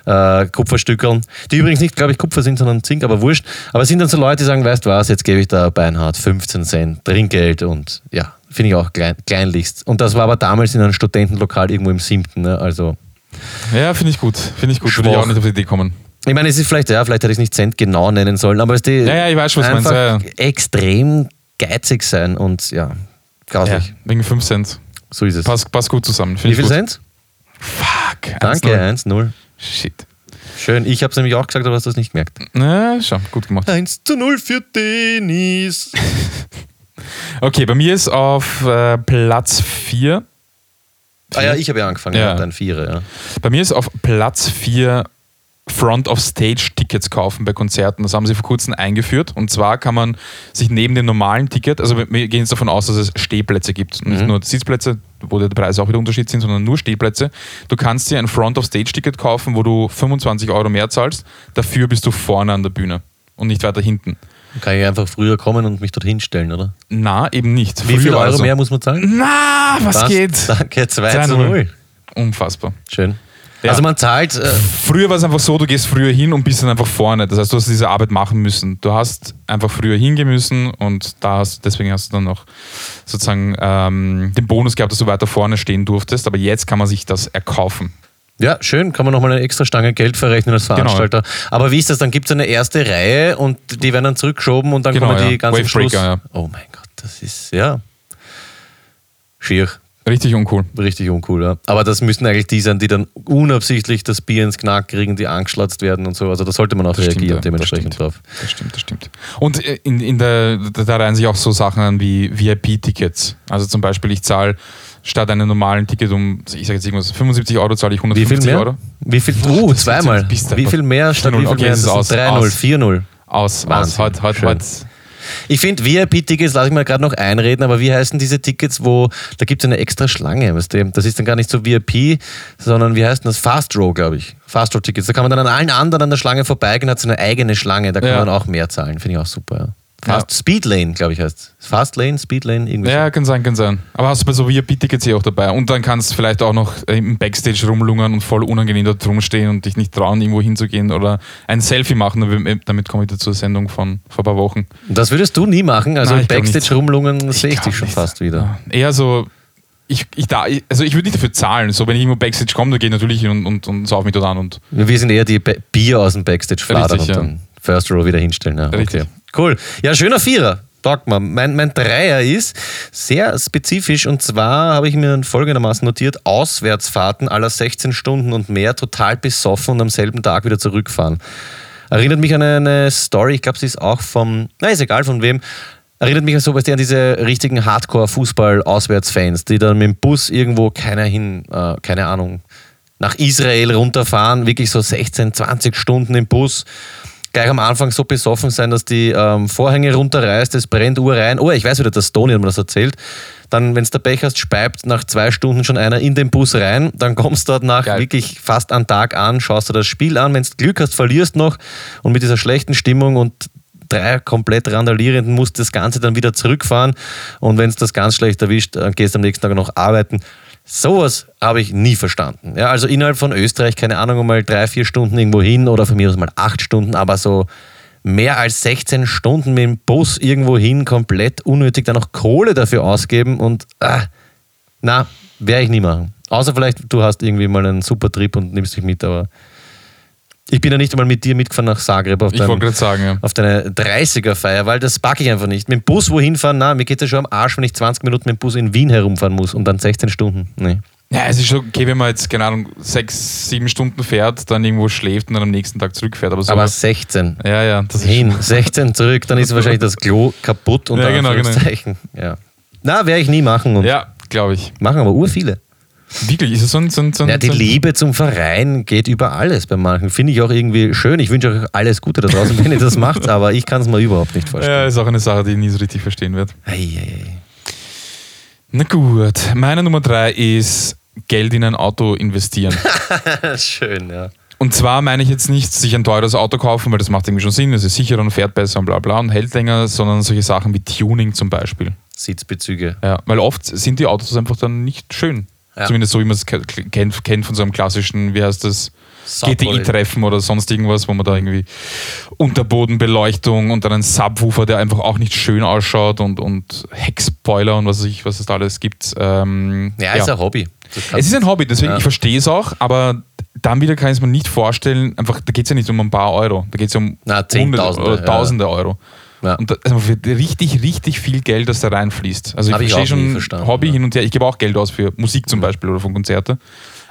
A: äh, Kupferstückeln, die übrigens nicht, glaube ich, Kupfer sind, sondern Zink, aber wurscht. Aber es sind dann so Leute, die sagen, weißt was, jetzt gebe ich da Beinhardt 15 Cent Trinkgeld und ja, finde ich auch klein, kleinlichst. Und das war aber damals in einem Studentenlokal irgendwo im siebten, ne? also
B: Ja, finde ich gut. Finde ich gut. Würde ich
A: Schwach.
B: auch nicht auf die Idee kommen.
A: Ich meine, es ist vielleicht, ja, vielleicht hätte ich es nicht Cent genau nennen sollen, aber es die
B: Ja, ja, ich weiß schon, was du meinst,
A: einfach
B: ja,
A: extrem geizig sein und ja, grauslich.
B: Wegen 5 Cent.
A: So ist es.
B: Passt pass gut zusammen. Find
A: Also Wie
B: ich
A: viel
B: gut.
A: Cent?
B: Fuck.
A: Danke,
B: 1-0.
A: 1-0.
B: Shit.
A: Schön, ich habe es nämlich auch gesagt, aber hast du es nicht gemerkt.
B: Na, schau, gut gemacht.
A: 1 zu 0 für Denis.
B: Okay, bei mir ist auf äh, Platz 4.
A: Ah ja, ich habe ja angefangen,
B: Ja.
A: ja. dann Vierer. Ja.
B: Bei mir ist auf Platz 4 Front of Stage Tickets kaufen bei Konzerten. Das haben sie vor kurzem eingeführt. Und zwar kann man sich neben dem normalen Ticket, also wir wir gehen jetzt davon aus, dass es Stehplätze gibt. Und
A: Mhm.
B: Nicht nur Sitzplätze, wo die Preise auch wieder unterschiedlich sind, sondern nur Stehplätze. Du kannst dir ein Front of Stage Ticket kaufen, wo du 25 Euro mehr zahlst. Dafür bist du vorne an der Bühne und nicht weiter hinten.
A: Kann ich einfach früher kommen und mich dorthin stellen, oder?
B: Na, eben nicht.
A: Wie viel
B: Früher war
A: Euro
B: es so.
A: mehr muss man zahlen?
B: Na, was
A: Passt.
B: geht?
A: Danke, 2 zu
B: 2-0.
A: 0.
B: Unfassbar.
A: Schön.
B: Ja.
A: Also man zahlt, äh,
B: Früher war es einfach so, du gehst früher hin und bist dann einfach vorne. Das heißt, du hast diese Arbeit machen müssen. Du hast einfach früher hingehen müssen und da hast, deswegen hast du dann noch sozusagen ähm, den Bonus gehabt, dass du weiter vorne stehen durftest. Aber jetzt kann man sich das erkaufen.
A: ja, schön, kann man nochmal eine extra Stange Geld verrechnen
B: Genau.
A: als Veranstalter. Aber wie ist das? Dann gibt es eine erste Reihe und die werden dann zurückgeschoben und dann
B: Genau,
A: kommen die
B: ja.
A: ganz am Schluss.
B: Wavebreaker,
A: Oh mein Gott, das ist, ja, schier.
B: Richtig uncool.
A: Richtig uncool, ja. Aber das müssen eigentlich die sein, die dann unabsichtlich das Bier ins Knack kriegen, die angeschlatzt werden und so. Also da sollte man auch
B: Das stimmt,
A: reagieren
B: ja, das
A: dementsprechend
B: stimmt.
A: drauf.
B: Das stimmt, das stimmt. Und äh, in, in der, da da reihen sich auch so Sachen an wie VIP-Tickets. Also zum Beispiel, ich zahle statt einem normalen Ticket um, ich sage jetzt irgendwas, 75 Euro zahle ich
A: Wie viel
B: 150
A: mehr?
B: Euro.
A: Wie viel? Uh,
B: das
A: zweimal.
B: bist du
A: Wie viel mehr statt wie
B: 4-0.
A: viel
B: Okay,
A: mehr?
B: es ist
A: Das
B: aus,
A: sind 3-0,
B: aus.
A: 4-0.
B: Aus, aus,
A: Wahnsinn,
B: heute, heute,
A: schön.
B: heute.
A: Ich finde, VIP-Tickets lasse ich mir gerade noch einreden, aber wie heißen diese Tickets, wo da gibt es eine extra Schlange? Weißt du? Das ist dann gar nicht so VIP, sondern wie heißt denn das? Fast Row, glaube ich. Fast Row-Tickets. Da kann man dann an allen anderen an der Schlange vorbeigehen, hat so eine eigene Schlange, da kann
B: Ja.
A: man auch mehr zahlen. Finde ich auch super. Ja. Fast
B: Ja.
A: Speed Lane, glaube ich, heißt Fast Lane, Speed Lane, irgendwie. so.
B: Ja, kann sein, kann sein. Aber hast du bei so VIP-Tickets eh auch dabei. Und dann kannst du vielleicht auch noch äh, im Backstage rumlungern und voll unangenehm dort rumstehen und dich nicht trauen, irgendwo hinzugehen oder ein Selfie machen. Damit- Damit komme ich da zur Sendung von vor ein paar Wochen.
A: Und Das würdest du nie machen. Also
B: Nein, ich glaub nicht.
A: Backstage rumlungen sehe ich
B: glaub
A: dich schon
B: nicht.
A: fast wieder.
B: Ja, Eher so, ich, ich, da, ich- also ich würde nicht dafür zahlen. So, wenn ich irgendwo Backstage komme, dann gehe ich natürlich hin und, und, und sauf mich dort an. Und
A: Wir sind eher die Be Bier aus dem Backstage fladern
B: Richtig,
A: und
B: ja.
A: dann First Row wieder hinstellen. Ja, okay.
B: Richtig.
A: Cool. Ja, schöner Vierer. Taugt mir. Mein, mein Dreier ist sehr spezifisch und zwar habe ich mir dann folgendermaßen notiert: Auswärtsfahrten aller 16 Stunden und mehr total besoffen und am selben Tag wieder zurückfahren. Erinnert mich an eine Story, ich glaube, sie ist auch vom, na ist egal von wem, erinnert mich so weißt du, an diese richtigen Hardcore-Fußball-Auswärtsfans, die dann mit dem Bus irgendwo keiner hin, äh, keine Ahnung, nach Israel runterfahren, wirklich so 16, 20 Stunden im Bus. Gleich am Anfang so besoffen sein, dass die ähm, Vorhänge runterreißt, es brennt Uhr rein. Oh, ich weiß wieder, das Toni hat mir das erzählt. Dann, wenn es der Pech hast, speibt nach zwei Stunden schon einer in den Bus rein. Dann kommst du dort nach
B: Geil.
A: wirklich fast an Tag an, schaust dir das Spiel an. Wenn du Glück hast, verlierst noch. Und mit dieser schlechten Stimmung und drei komplett Randalierenden musst du das Ganze dann wieder zurückfahren. Und wenn es das ganz schlecht erwischt, dann gehst du am nächsten Tag noch arbeiten. Sowas habe ich nie verstanden. Ja, also innerhalb von Österreich, keine Ahnung, um mal drei, vier Stunden irgendwo hin oder von mir aus mal acht Stunden, aber so mehr als 16 Stunden mit dem Bus irgendwo hin, komplett unnötig, dann noch Kohle dafür ausgeben und ah, na, werde ich nie machen. Außer vielleicht, du hast irgendwie mal einen super Trip und nimmst dich mit, aber ich bin ja nicht einmal mit dir mitgefahren nach Zagreb auf
B: ich wollte
A: deinem
B: gerade sagen, ja.
A: auf deine 30er-Feier, weil das packe ich einfach nicht. Mit dem Bus wohin fahren? Na, mir geht ja schon am Arsch, wenn ich 20 Minuten mit dem Bus in Wien herumfahren muss und dann 16 Stunden. Nee.
B: Ja, es ist schon okay, wenn man jetzt, keine Ahnung, sechs, sieben Stunden fährt, dann irgendwo schläft und dann am nächsten Tag zurückfährt. Aber so.
A: Aber 16
B: ja, ja, das ist
A: hin, 16 zurück, dann ist wahrscheinlich das Klo kaputt und
B: Ja, genau, genau.
A: Ja. Na, werde ich nie machen. Und
B: Ja, glaube ich.
A: Machen aber ur viele.
B: Wirklich, ist es so ein... So ein, so ein
A: Ja, die
B: so ein-
A: Liebe zum Verein geht über alles bei manchen. Finde ich auch irgendwie schön. Ich wünsche euch alles Gute da draußen, wenn ihr das macht, aber ich kann es mir überhaupt nicht vorstellen.
B: Ja, ist auch eine Sache, die ich nie so richtig verstehen werde.
A: Ei, ei, ei.
B: Na gut, meine Nummer drei ist Geld in ein Auto investieren.
A: Schön, ja.
B: Und zwar meine ich jetzt nicht, sich ein teures Auto kaufen, weil das macht irgendwie schon Sinn, es ist sicherer und fährt besser und bla bla und hält länger, sondern solche Sachen wie Tuning zum Beispiel.
A: Sitzbezüge.
B: Ja, weil oft sind die Autos einfach dann nicht schön.
A: Ja.
B: Zumindest so, wie man es ke- kennt, kennt von so einem klassischen, wie heißt das,
A: Subway.
B: GTI-Treffen oder sonst irgendwas, wo man da irgendwie Unterbodenbeleuchtung und dann einen Subwoofer, der einfach auch nicht schön ausschaut und, und Heckspoiler und was weiß ich, was es da alles gibt. Ähm,
A: Ja, ist ein Hobby. Das kann-
B: es ist ein Hobby, deswegen
A: Ja.
B: ich verstehe es auch, aber dann wieder kann ich es mir nicht vorstellen, einfach, da geht es ja nicht um ein paar Euro, da geht es ja um
A: Na,
B: Hunderte
A: Zehntausende,
B: oder
A: ja.
B: Tausende Euro.
A: Ja.
B: Und da, also für richtig, richtig viel Geld, das da reinfließt. Also ich
A: Hab ich auch
B: verstehe
A: nie
B: schon
A: verstanden,
B: Hobby
A: ja.
B: hin und her. Ich gebe auch Geld aus für Musik zum Beispiel oder von Konzerte.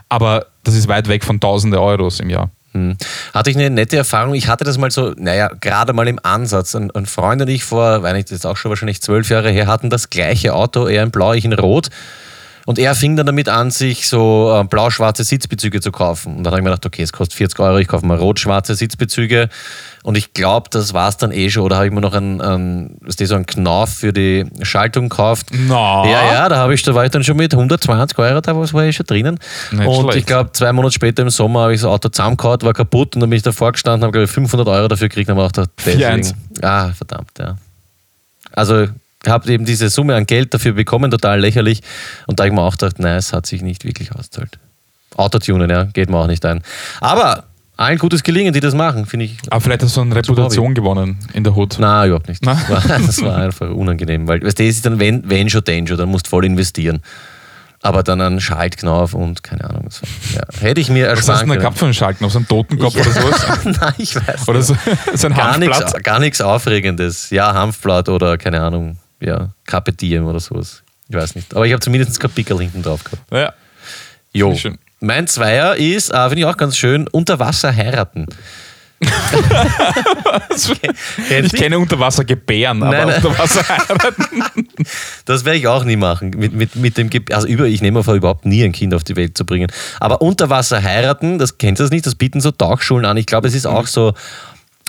B: Aber das ist weit weg von Tausende Euros im Jahr.
A: Hm. Hatte ich eine nette Erfahrung. Ich hatte das mal so, naja, gerade mal im Ansatz. Ein, ein Freund und ich vor, weiß nicht, das ist auch schon wahrscheinlich zwölf Jahre her, hatten das gleiche Auto, er in blau, ich in rot. Und er fing dann damit an, sich so äh, blau-schwarze Sitzbezüge zu kaufen. Und dann habe ich mir gedacht, okay, es kostet 40 Euro, ich kaufe mal rot-schwarze Sitzbezüge. Und ich glaube, das war es dann eh schon. Oder habe ich mir noch einen, einen, was die, so einen Knauf für die Schaltung gekauft.
B: Na.
A: Ja, ja, da, habe ich, da war ich dann schon mit 120 Euro, da war ich schon drinnen.
B: Nicht
A: und ich
B: schlecht.
A: glaube, zwei Monate später im Sommer habe ich das Auto zusammengehauen, war kaputt und dann bin ich davor gestanden, habe, glaube ich, 500 Euro dafür gekriegt und habe auch gedacht, deswegen.
B: 4-1.
A: Ah, verdammt, ja. Also, ich habe eben diese Summe an Geld dafür bekommen, total lächerlich. Und da habe ich mir auch gedacht, nein, es hat sich nicht wirklich ausgezahlt. Autotunen, ja, geht mir auch nicht ein. Aber allen gutes Gelingen, die das machen, finde ich.
B: Aber vielleicht hast du eine Reputation gewonnen in der Hut.
A: Na, überhaupt nicht. Das
B: Na.
A: war, das war einfach unangenehm, weil weißt du, das ist dann wenn, wenn schon Danger, dann musst du voll investieren. Aber dann einen Schaltknauf und keine Ahnung. Das war, ja. Hätte ich mir
B: Was hast du
A: ersparen
B: denn da
A: können.
B: gehabt für einen Schalten? Auf so einen Totenkopf oder sowas?
A: Nein, ich weiß
B: Oder
A: nicht.
B: so, so ein
A: Gar nichts,
B: Handblatt?
A: gar nichts Aufregendes. Ja, Hanfblatt oder keine Ahnung, ja, Carpe Diem oder sowas. Ich weiß nicht. Aber ich habe zumindest kein Pickel hinten drauf gehabt.
B: Ja.
A: Jo.
B: ich schön.
A: Mein Zweier ist, äh, finde ich auch ganz schön, unter Wasser heiraten.
B: Ich kenne Unterwasser gebären, aber
A: Nein, nein.
B: Unterwasser heiraten.
A: Das werde ich auch nie machen. Mit, mit, mit dem Ge also über, ich nehme mir vor, überhaupt nie ein Kind auf die Welt zu bringen. Aber unter Wasser heiraten, das kennst du das nicht, das bieten so Tauchschulen an. Ich glaube, es ist auch so,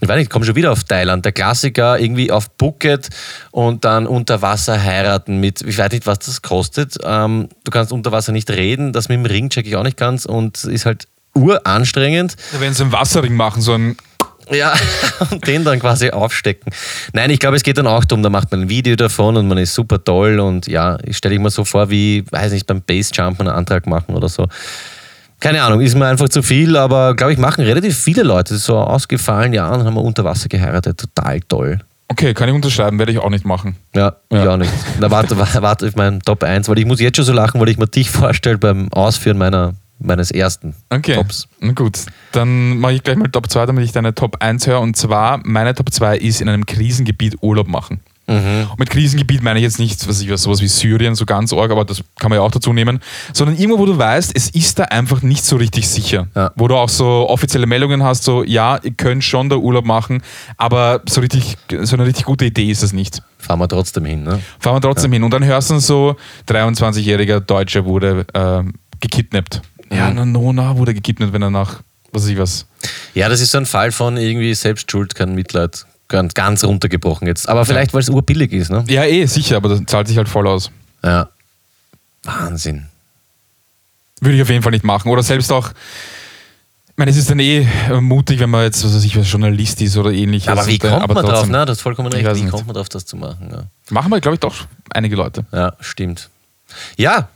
A: ich weiß nicht, ich komme schon wieder auf Thailand, der Klassiker irgendwie auf Phuket und dann unter Wasser heiraten mit, ich weiß nicht, was das kostet. Ähm, du kannst unter Wasser nicht reden, das mit dem Ring check ich auch nicht ganz und ist halt uranstrengend.
B: Wenn sie einen Wasserring machen, so ein
A: Ja, und den dann quasi aufstecken. Nein, ich glaube, es geht dann auch darum, da macht man ein Video davon und man ist super toll und ja, ich stelle ich mir so vor, wie, weiß nicht, beim Basejump einen Antrag machen oder so. Keine Ahnung, ist mir einfach zu viel, aber glaube ich, machen relativ viele Leute so ausgefallen, ja, und haben wir unter Wasser geheiratet. Total toll.
B: Okay, kann ich unterschreiben, werde ich auch nicht machen.
A: Ja, ich
B: Ja.
A: auch nicht. Na, warte, wa- warte auf meinen Top 1, weil ich muss jetzt schon so lachen, weil ich mir dich vorstelle beim Ausführen meiner, meines ersten
B: Okay.
A: Tops.
B: Na gut, dann mache ich gleich mal Top 2, damit ich deine Top 1 höre. Und zwar, meine Top 2 ist in einem Krisengebiet Urlaub machen. Und mit Krisengebiet meine ich jetzt nicht, was ich weiß, sowas wie Syrien, so ganz arg, aber das kann man ja auch dazu nehmen, sondern irgendwo, wo du weißt, es ist da einfach nicht so richtig sicher.
A: Ja.
B: Wo du auch so offizielle Meldungen hast, so, ja, ihr könnt schon da Urlaub machen, aber so, richtig, so eine richtig gute Idee ist es nicht.
A: Fahren wir trotzdem hin, ne?
B: fahren wir trotzdem hin. Und dann hörst du so, 23-jähriger Deutscher wurde ähm, gekidnappt. Ja, na, no, na, wurde gekidnappt, wenn er nach, was weiß ich was.
A: Ja, das ist so ein Fall von irgendwie Selbstschuld, kein Mitleid. Ganz, ganz runtergebrochen jetzt. Aber vielleicht, weil es urbillig ist, ne?
B: Ja, eh, sicher, aber das zahlt sich halt voll aus.
A: Ja. Wahnsinn.
B: Würde ich auf jeden Fall nicht machen. Oder selbst auch, ich meine, es ist dann eh äh, mutig, wenn man jetzt, was weiß ich, was Journalist ist oder ähnliches.
A: aber wie
B: Und, äh,
A: kommt man drauf?
B: trotzdem-
A: Ne? Das ist vollkommen
B: Ich
A: recht.
B: weiß
A: Wie
B: nicht.
A: kommt man drauf, das zu machen?
B: Machen wir, glaube ich, doch einige Leute.
A: Ja, ja stimmt. Ja,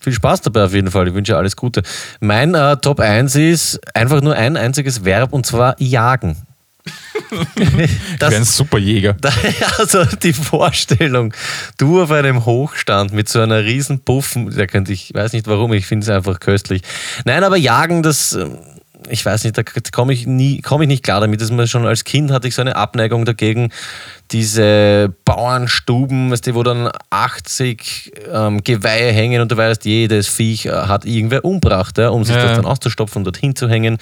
A: viel Spaß dabei auf jeden Fall. Ich wünsche alles Gute. Mein äh, Top 1 ist einfach nur ein einziges Verb und zwar jagen.
B: Das wäre ein Superjäger.
A: Da- Also die Vorstellung, du auf einem Hochstand mit so einer riesen Puffen, da könnte ich, weiß nicht warum, ich finde es einfach köstlich. Nein, aber jagen, das, ähm, ich weiß nicht, da komme ich nie, komme ich nicht klar damit, dass man schon als Kind hatte ich so eine Abneigung dagegen, diese Bauernstuben, weißt du, wo dann 80 ähm, Geweihe hängen und du weißt, jedes Viech äh, hat irgendwer umbracht, ja, um sich
B: Ja.
A: das dann auszustopfen und dorthin zu hängen.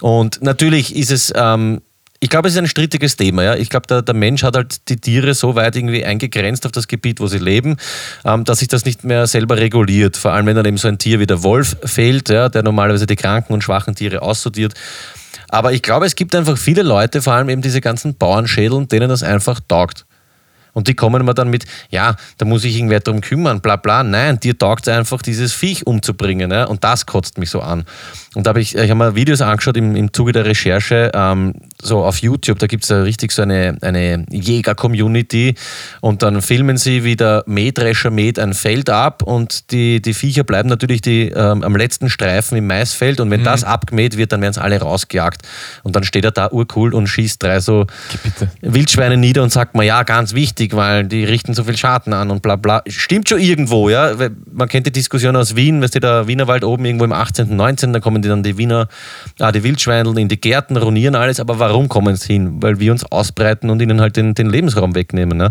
A: Und natürlich ist es ähm, ich glaube, es ist ein strittiges Thema. Ja? Ich glaube, der, der Mensch hat halt die Tiere so weit irgendwie eingegrenzt auf das Gebiet, wo sie leben, ähm, dass sich das nicht mehr selber reguliert. Vor allem, wenn dann eben so ein Tier wie der Wolf fehlt, ja, der normalerweise die kranken und schwachen Tiere aussortiert. Aber ich glaube, es gibt einfach viele Leute, vor allem eben diese ganzen Bauernschädeln, denen das einfach taugt. Und die kommen mir dann mit, ja, da muss ich irgendwer drum kümmern, bla bla. Nein, dir taugt es einfach, dieses Viech umzubringen. Ja? Und das kotzt mich so an. Und da habe ich, ich habe mir Videos angeschaut im, im Zuge der Recherche, ähm, so auf YouTube, da gibt es ja richtig so eine, eine Jäger-Community. Und dann filmen sie, wie der Mähdrescher mäht ein Feld ab und die, die Viecher bleiben natürlich die, ähm, am letzten Streifen im Maisfeld. Und wenn
B: Mhm.
A: das abgemäht wird, dann werden es alle rausgejagt. Und dann steht er da urcool und schießt drei so Wildschweine nieder und sagt man, ja, ganz wichtig, weil die richten so viel Schaden an und bla bla. Stimmt schon irgendwo, ja. Weil Man kennt die Diskussion aus Wien, weißt du, der Wienerwald oben irgendwo im 18., 19., da kommen die dann die Wiener, ah, die Wildschweineln in die Gärten, ruinieren alles, aber warum kommen sie hin? Weil wir uns ausbreiten und ihnen halt den, den Lebensraum wegnehmen, ne?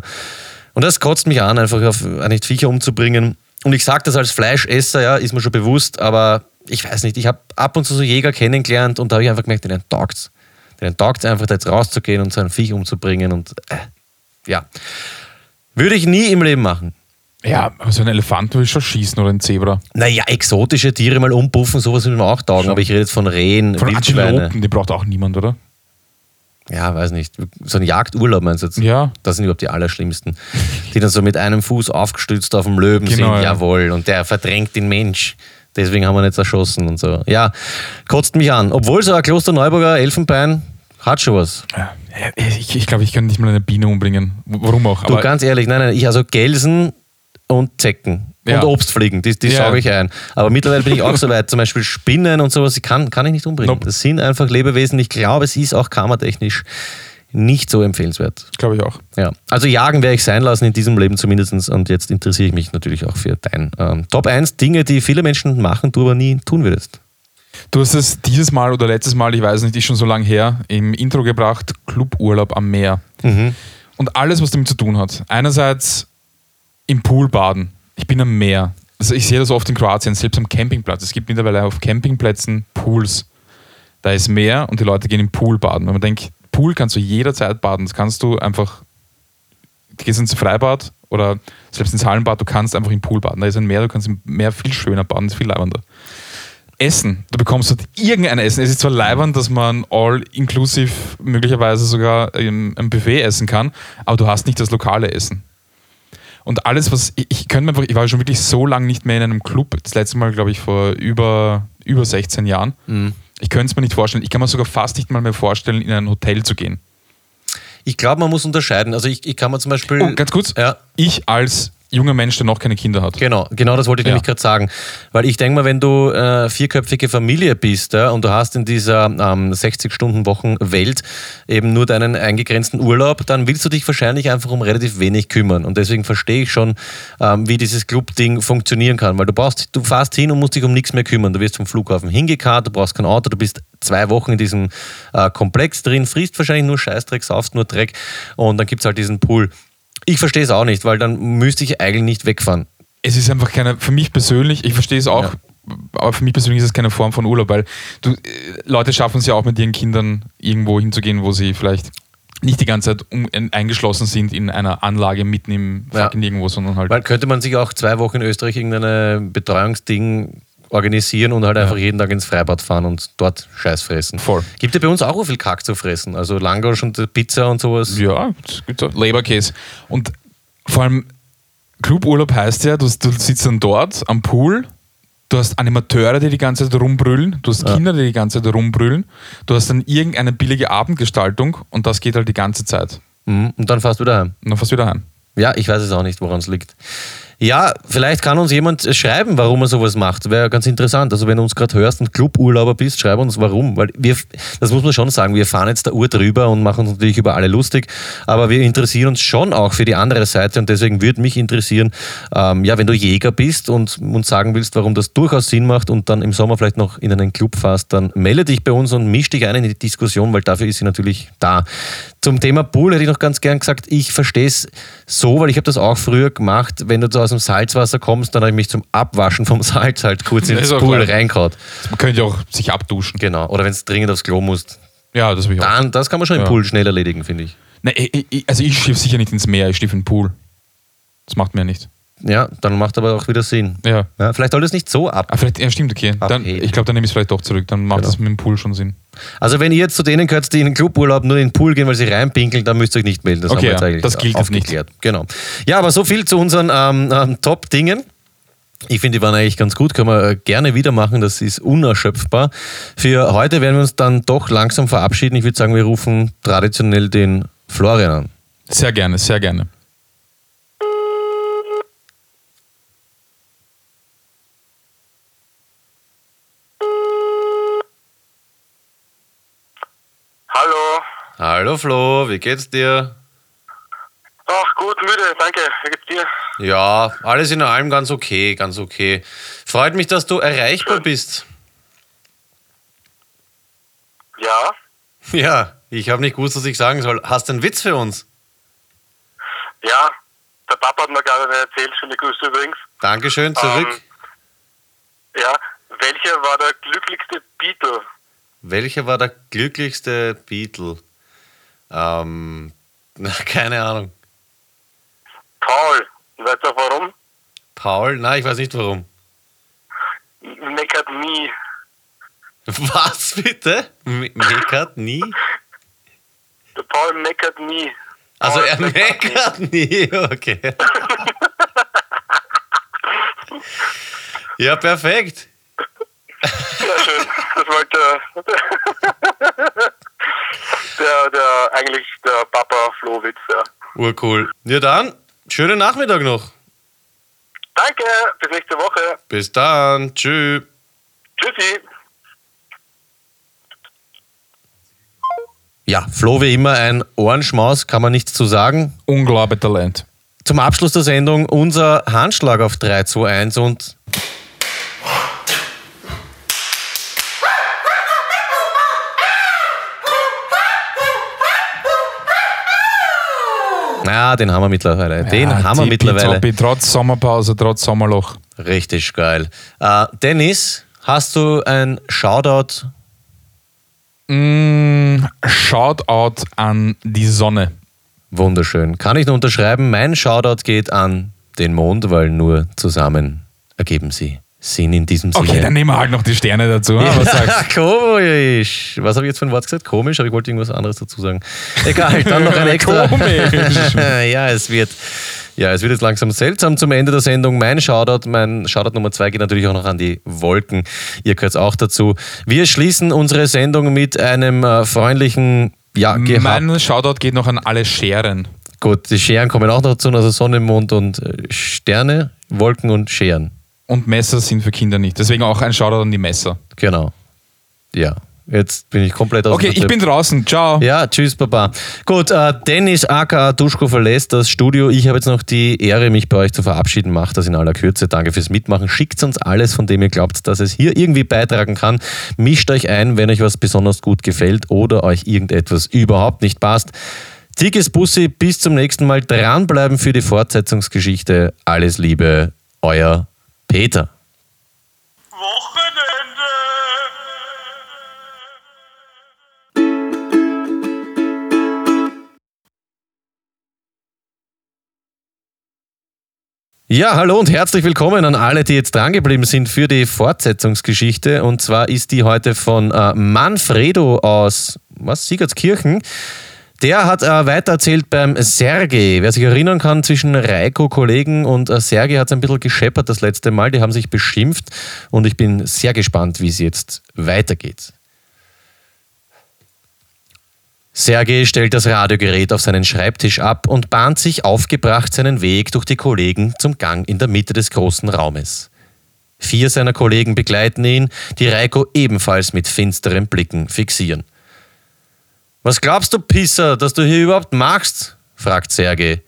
A: Und das kotzt mich an, einfach auf nicht Viecher umzubringen. Und ich sage das als Fleischesser, ja, ist mir schon bewusst, aber ich weiß nicht, ich habe ab und zu so Jäger kennengelernt und da habe ich einfach gemerkt, denen taugt's. Denen taugt's einfach, da jetzt rauszugehen und so ein Viech umzubringen und äh, ja. Würde ich nie im Leben machen.
B: Ja, aber so einen Elefant würde ich schon schießen oder einen Zebra.
A: Naja, exotische Tiere mal umpuffen, sowas würde mir auch taugen, aber ich rede jetzt von Rehen,
B: Von
A: Wildschweine.
B: Antilopen, die braucht auch niemand, oder?
A: Ja, weiß nicht. So ein Jagdurlaub meinst du jetzt?
B: Ja.
A: Das sind überhaupt die allerschlimmsten. Die dann so mit einem Fuß aufgestützt auf dem Löwen
B: Genau,
A: sind,
B: ja.
A: jawohl. Und der verdrängt den Mensch. Deswegen haben wir ihn jetzt erschossen und so. Ja, kotzt mich an. Obwohl so ein Klosterneuburger Elfenbein hat schon was.
B: Ja, Ich, ich glaube, ich kann nicht mal eine Biene umbringen. W- Warum auch?
A: du, ganz ehrlich, nein, nein, ich also Gelsen und Zecken.
B: Ja.
A: Und Obstfliegen, die, die
B: Ja.
A: sauge ich ein. Aber mittlerweile bin ich auch so weit, zum Beispiel Spinnen und sowas, die kann, kann ich nicht umbringen.
B: Nope.
A: Das sind einfach Lebewesen. Ich glaube, es ist auch karmatechnisch nicht so empfehlenswert.
B: glaube ich auch.
A: Ja, also jagen werde ich sein lassen in diesem Leben zumindestens Und jetzt interessiere ich mich natürlich auch für dein ähm, Top 1 Dinge, die viele Menschen machen, du aber nie tun würdest.
B: Du hast es dieses Mal oder letztes Mal, ich weiß nicht, ist schon so lange her, im Intro gebracht, Cluburlaub am Meer. Und alles, was damit zu tun hat. Einerseits im Pool baden. Ich bin am Meer. Also ich sehe das oft in Kroatien, selbst am Campingplatz. Es gibt mittlerweile auf Campingplätzen Pools. Da ist Meer und die Leute gehen im Pool baden. Wenn man denkt, Pool kannst du jederzeit baden. Das kannst du einfach, du gehst ins Freibad oder selbst ins Hallenbad, du kannst einfach im Pool baden. Da ist ein Meer, du kannst im Meer viel schöner baden, ist viel leibender. Essen. Du bekommst halt irgendein Essen. Es ist zwar leibend, dass man all-inclusive möglicherweise sogar ähm, ein Buffet essen kann, aber du hast nicht das lokale Essen. Und alles, was ich, ich könnte mir einfach, ich war schon wirklich so lange nicht mehr in einem Club. Das letzte Mal, glaube ich, vor über, über 16 Jahren.
A: Mhm.
B: Ich könnte es mir nicht vorstellen. Ich kann mir sogar fast nicht mal mehr vorstellen, in ein Hotel zu gehen.
A: Ich glaube, man muss unterscheiden. Also ich, ich kann mir zum Beispiel.
B: Oh, ganz kurz.
A: Ja.
B: Ich als junger Mensch, der noch keine Kinder hat.
A: Genau, genau das wollte ich
B: Ja.
A: nämlich gerade sagen. Weil ich denke mal, wenn du äh, vierköpfige Familie bist ja, und du hast in dieser ähm, 60-Stunden-Wochen-Welt eben nur deinen eingegrenzten Urlaub, dann willst du dich wahrscheinlich einfach um relativ wenig kümmern. Und deswegen verstehe ich schon, ähm, wie dieses Club-Ding funktionieren kann. Weil du brauchst, du fährst hin und musst dich um nichts mehr kümmern. Du wirst vom Flughafen hingekarrt, du brauchst kein Auto, du bist zwei Wochen in diesem äh, Komplex drin, frisst wahrscheinlich nur Scheißdreck, saufst nur Dreck und dann gibt es halt diesen Pool. Ich verstehe es auch nicht, weil dann müsste ich eigentlich nicht wegfahren.
B: es ist einfach keine, für mich persönlich, ich verstehe es auch, aber für mich persönlich ist es keine Form von Urlaub, weil du, äh, Leute schaffen es ja auch mit ihren Kindern irgendwo hinzugehen, wo sie vielleicht nicht die ganze Zeit um, en- eingeschlossen sind in einer Anlage mitten im
A: Ja.
B: fucking irgendwo, sondern halt.
A: Weil könnte man sich auch zwei Wochen in Österreich irgendein Betreuungsding organisieren und halt einfach jeden Tag ins Freibad fahren und dort Scheiß fressen.
B: Voll.
A: Gibt ja bei uns auch so viel Kack zu fressen. Also Langosch und Pizza und sowas.
B: ja, das gibt's auch. Leberkäse. Und vor allem Cluburlaub heißt ja, du, du sitzt dann dort am Pool, du hast Animateure, die die ganze Zeit rumbrüllen, du hast Kinder, die die ganze Zeit rumbrüllen, du hast dann irgendeine billige Abendgestaltung und das geht halt die ganze Zeit.
A: Mhm. Und dann fährst du wieder heim.
B: Und dann fährst du wieder heim.
A: Ja, ich weiß es auch nicht, woran es liegt. Ja, vielleicht kann uns jemand schreiben, warum er sowas macht. Wäre ganz interessant. Also wenn du uns gerade hörst und Cluburlauber bist, schreib uns warum. Weil wir, das muss man schon sagen, wir fahren jetzt der Uhr drüber und machen uns natürlich über alle lustig, aber wir interessieren uns schon auch für die andere Seite und deswegen würde mich interessieren, ähm, ja, wenn du Jäger bist und uns sagen willst, warum das durchaus Sinn macht und dann im Sommer vielleicht noch in einen Club fährst, dann melde dich bei uns und misch dich ein in die Diskussion, weil dafür ist sie natürlich da. Zum Thema Pool hätte ich noch ganz gern gesagt, ich verstehe es so, weil ich habe das auch früher gemacht, wenn du so aus dem Salzwasser kommst, dann habe ich mich zum Abwaschen vom Salz halt kurz
B: Ja,
A: ins
B: ist auch
A: Pool
B: klar.
A: reingehaut.
B: Man könnte ja auch sich abduschen.
A: Genau. Oder wenn du dringend aufs Klo musst.
B: Ja, das habe ich auch.
A: Dann, das kann man schon im
B: Ja.
A: Pool schnell erledigen, finde ich.
B: Nein, ich, ich, also ich schiff sicher nicht ins Meer, ich schiff in den Pool. Das macht mir nicht.
A: Ja, dann macht aber auch wieder Sinn.
B: Ja.
A: Ja, vielleicht soll das nicht so ab.
B: Ah, vielleicht, ja, stimmt, okay. Dann,
A: Abheben.
B: ich glaube, dann nehme ich es vielleicht doch zurück. Dann macht
A: Genau.
B: es mit dem Pool schon Sinn.
A: Also wenn ihr jetzt zu denen gehört, die in den Cluburlaub nur in den Pool gehen, weil sie reinpinkeln, dann müsst ihr euch nicht melden. Das
B: Okay,
A: haben wir jetzt
B: ja,
A: eigentlich
B: das gilt jetzt
A: aufgeklärt. Genau. Ja, aber so viel zu unseren ähm, ähm, Top-Dingen. Ich finde, die waren eigentlich ganz gut, können wir äh, gerne wieder machen, das ist unerschöpfbar. Für heute werden wir uns dann doch langsam verabschieden. Ich würde sagen, wir rufen traditionell den Florian an.
B: Sehr gerne, sehr gerne.
K: Hallo.
A: Hallo Flo, wie geht's dir?
K: Ach, gut, müde, danke. Wie geht's dir?
A: Ja, alles in allem ganz okay, ganz okay. Freut mich, dass du erreichbar bist.
K: Ja.
A: Ja, ich habe nicht gewusst, was ich sagen soll. Hast du einen Witz für uns?
K: Ja, der Papa hat mir gerade erzählt, schöne Grüße übrigens.
A: Dankeschön, zurück.
K: Ja, welcher war der glücklichste Beatle?
A: Welcher war der glücklichste Beatle? Ähm, na, keine Ahnung.
K: Paul. Und Weißt du auch warum?
A: Paul? Nein, ich weiß nicht warum.
K: Meckert nie.
A: Was bitte? Me- Meckert nie?
K: Der Paul meckert nie.
A: Also er meckert nie, okay. Ja, perfekt.
K: Sehr schön. Das wollte der, der, eigentlich der Papa Flohwitz. Ja.
A: Urcool. Ja dann, schönen Nachmittag noch.
K: Danke, bis nächste Woche.
A: Bis dann. Tschüss.
K: Tschüssi.
A: Ja, Flo wie immer ein Ohrenschmaus, kann man nichts zu sagen.
B: Unglaublich Talent.
A: Zum Abschluss der Sendung unser Handschlag auf 3, 2, 1 und Na, den haben wir mittlerweile. Den
B: Ja,
A: haben wir
B: die
A: mittlerweile.
B: Pizza, Trotz Sommerpause, trotz Sommerloch.
A: Richtig geil. Äh, Dennis, hast du ein Shoutout?
B: Mm, Shoutout an die Sonne.
A: Wunderschön. Kann ich nur unterschreiben. Mein Shoutout geht an den Mond, weil nur zusammen ergeben sie Sinn in diesem Sinne.
B: Okay, dann nehmen wir halt noch die Sterne dazu. Ja. Was sagst
A: komisch. Was habe ich jetzt für ein Wort gesagt? Komisch, aber ich wollte irgendwas anderes dazu sagen. Egal, dann noch ein extra.
B: Komisch.
A: ja, es wird. Ja, es wird jetzt langsam seltsam zum Ende der Sendung. Mein Shoutout, mein Shoutout Nummer zwei geht natürlich auch noch an die Wolken. Ihr gehört auch dazu. Wir schließen unsere Sendung mit einem äh, freundlichen Ja,
B: du?
A: gehabt.
B: Mein Shoutout geht noch an alle Scheren.
A: Gut, die Scheren kommen auch noch dazu, also Sonne, Mond und äh, Sterne, Wolken und Scheren.
B: Und Messer sind für Kinder nicht. Deswegen auch ein Shoutout an die Messer.
A: Genau. Ja. Jetzt bin ich komplett aus dem
B: Okay, ich
A: Konzept.
B: bin draußen. Ciao.
A: Ja, tschüss, Papa. Gut, äh, Dennis aka Duschko verlässt das Studio. Ich habe jetzt noch die Ehre, mich bei euch zu verabschieden. Macht das in aller Kürze. Danke fürs Mitmachen. Schickt uns alles, von dem ihr glaubt, dass es hier irgendwie beitragen kann. Mischt euch ein, wenn euch was besonders gut gefällt oder euch irgendetwas überhaupt nicht passt. Dickes Bussi, bis zum nächsten Mal. Dranbleiben für die Fortsetzungsgeschichte. Alles Liebe, euer Peter. Ja, hallo und herzlich willkommen an alle, die jetzt drangeblieben sind für die Fortsetzungsgeschichte. Und zwar ist die heute von äh, Manfredo aus was, Siegertskirchen. Der hat äh, weitererzählt beim Sergei. Wer sich erinnern kann, zwischen Reiko, Kollegen und äh, Sergei hat es ein bisschen gescheppert das letzte Mal. Die haben sich beschimpft und ich bin sehr gespannt, wie es jetzt weitergeht. Sergei stellt das Radiogerät auf seinen Schreibtisch ab und bahnt sich aufgebracht seinen Weg durch die Kollegen zum Gang in der Mitte des großen Raumes. Vier seiner Kollegen begleiten ihn, die Reiko ebenfalls mit finsteren Blicken fixieren. Was glaubst du, Pisser, dass du hier überhaupt machst? fragt Sergei.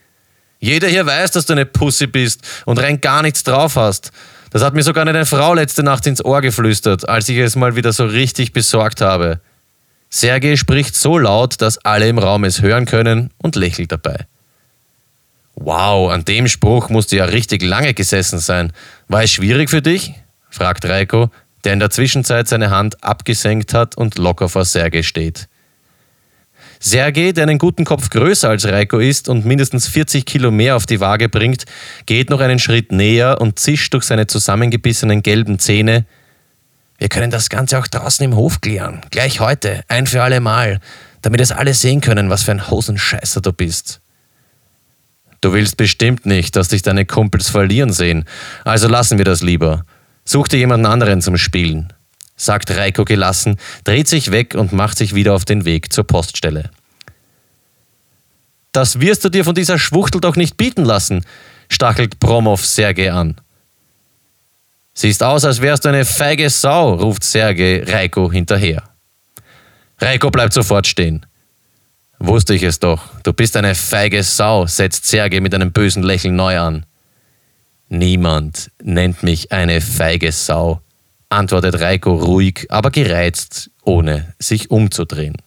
A: Jeder hier weiß, dass du eine Pussy bist und rein gar nichts drauf hast. Das hat mir sogar eine Frau letzte Nacht ins Ohr geflüstert, als ich es mal wieder so richtig besorgt habe. Sergei spricht so laut, dass alle im Raum es hören können und lächelt dabei. Wow, an dem Spruch musst du ja richtig lange gesessen sein. War es schwierig für dich? fragt Reiko, der in der Zwischenzeit seine Hand abgesenkt hat und locker vor Sergei steht. Sergei, der einen guten Kopf größer als Reiko ist und mindestens 40 Kilo mehr auf die Waage bringt, geht noch einen Schritt näher und zischt durch seine zusammengebissenen gelben Zähne. Wir können das Ganze auch draußen im Hof klären. Gleich heute, ein für alle Mal, damit es alle sehen können, was für ein Hosenscheißer du bist. Du willst bestimmt nicht, dass dich deine Kumpels verlieren sehen, also lassen wir das lieber. Such dir jemanden anderen zum Spielen, sagt Reiko gelassen, dreht sich weg und macht sich wieder auf den Weg zur Poststelle. Das wirst du dir von dieser Schwuchtel doch nicht bieten lassen, stachelt Promow Sergei an. Siehst aus, als wärst du eine feige Sau, ruft Sergei Reiko hinterher. Reiko bleibt sofort stehen. Wusste ich es doch, du bist eine feige Sau, setzt Sergei mit einem bösen Lächeln neu an. Niemand nennt mich eine feige Sau, antwortet Reiko ruhig, aber gereizt, ohne sich umzudrehen.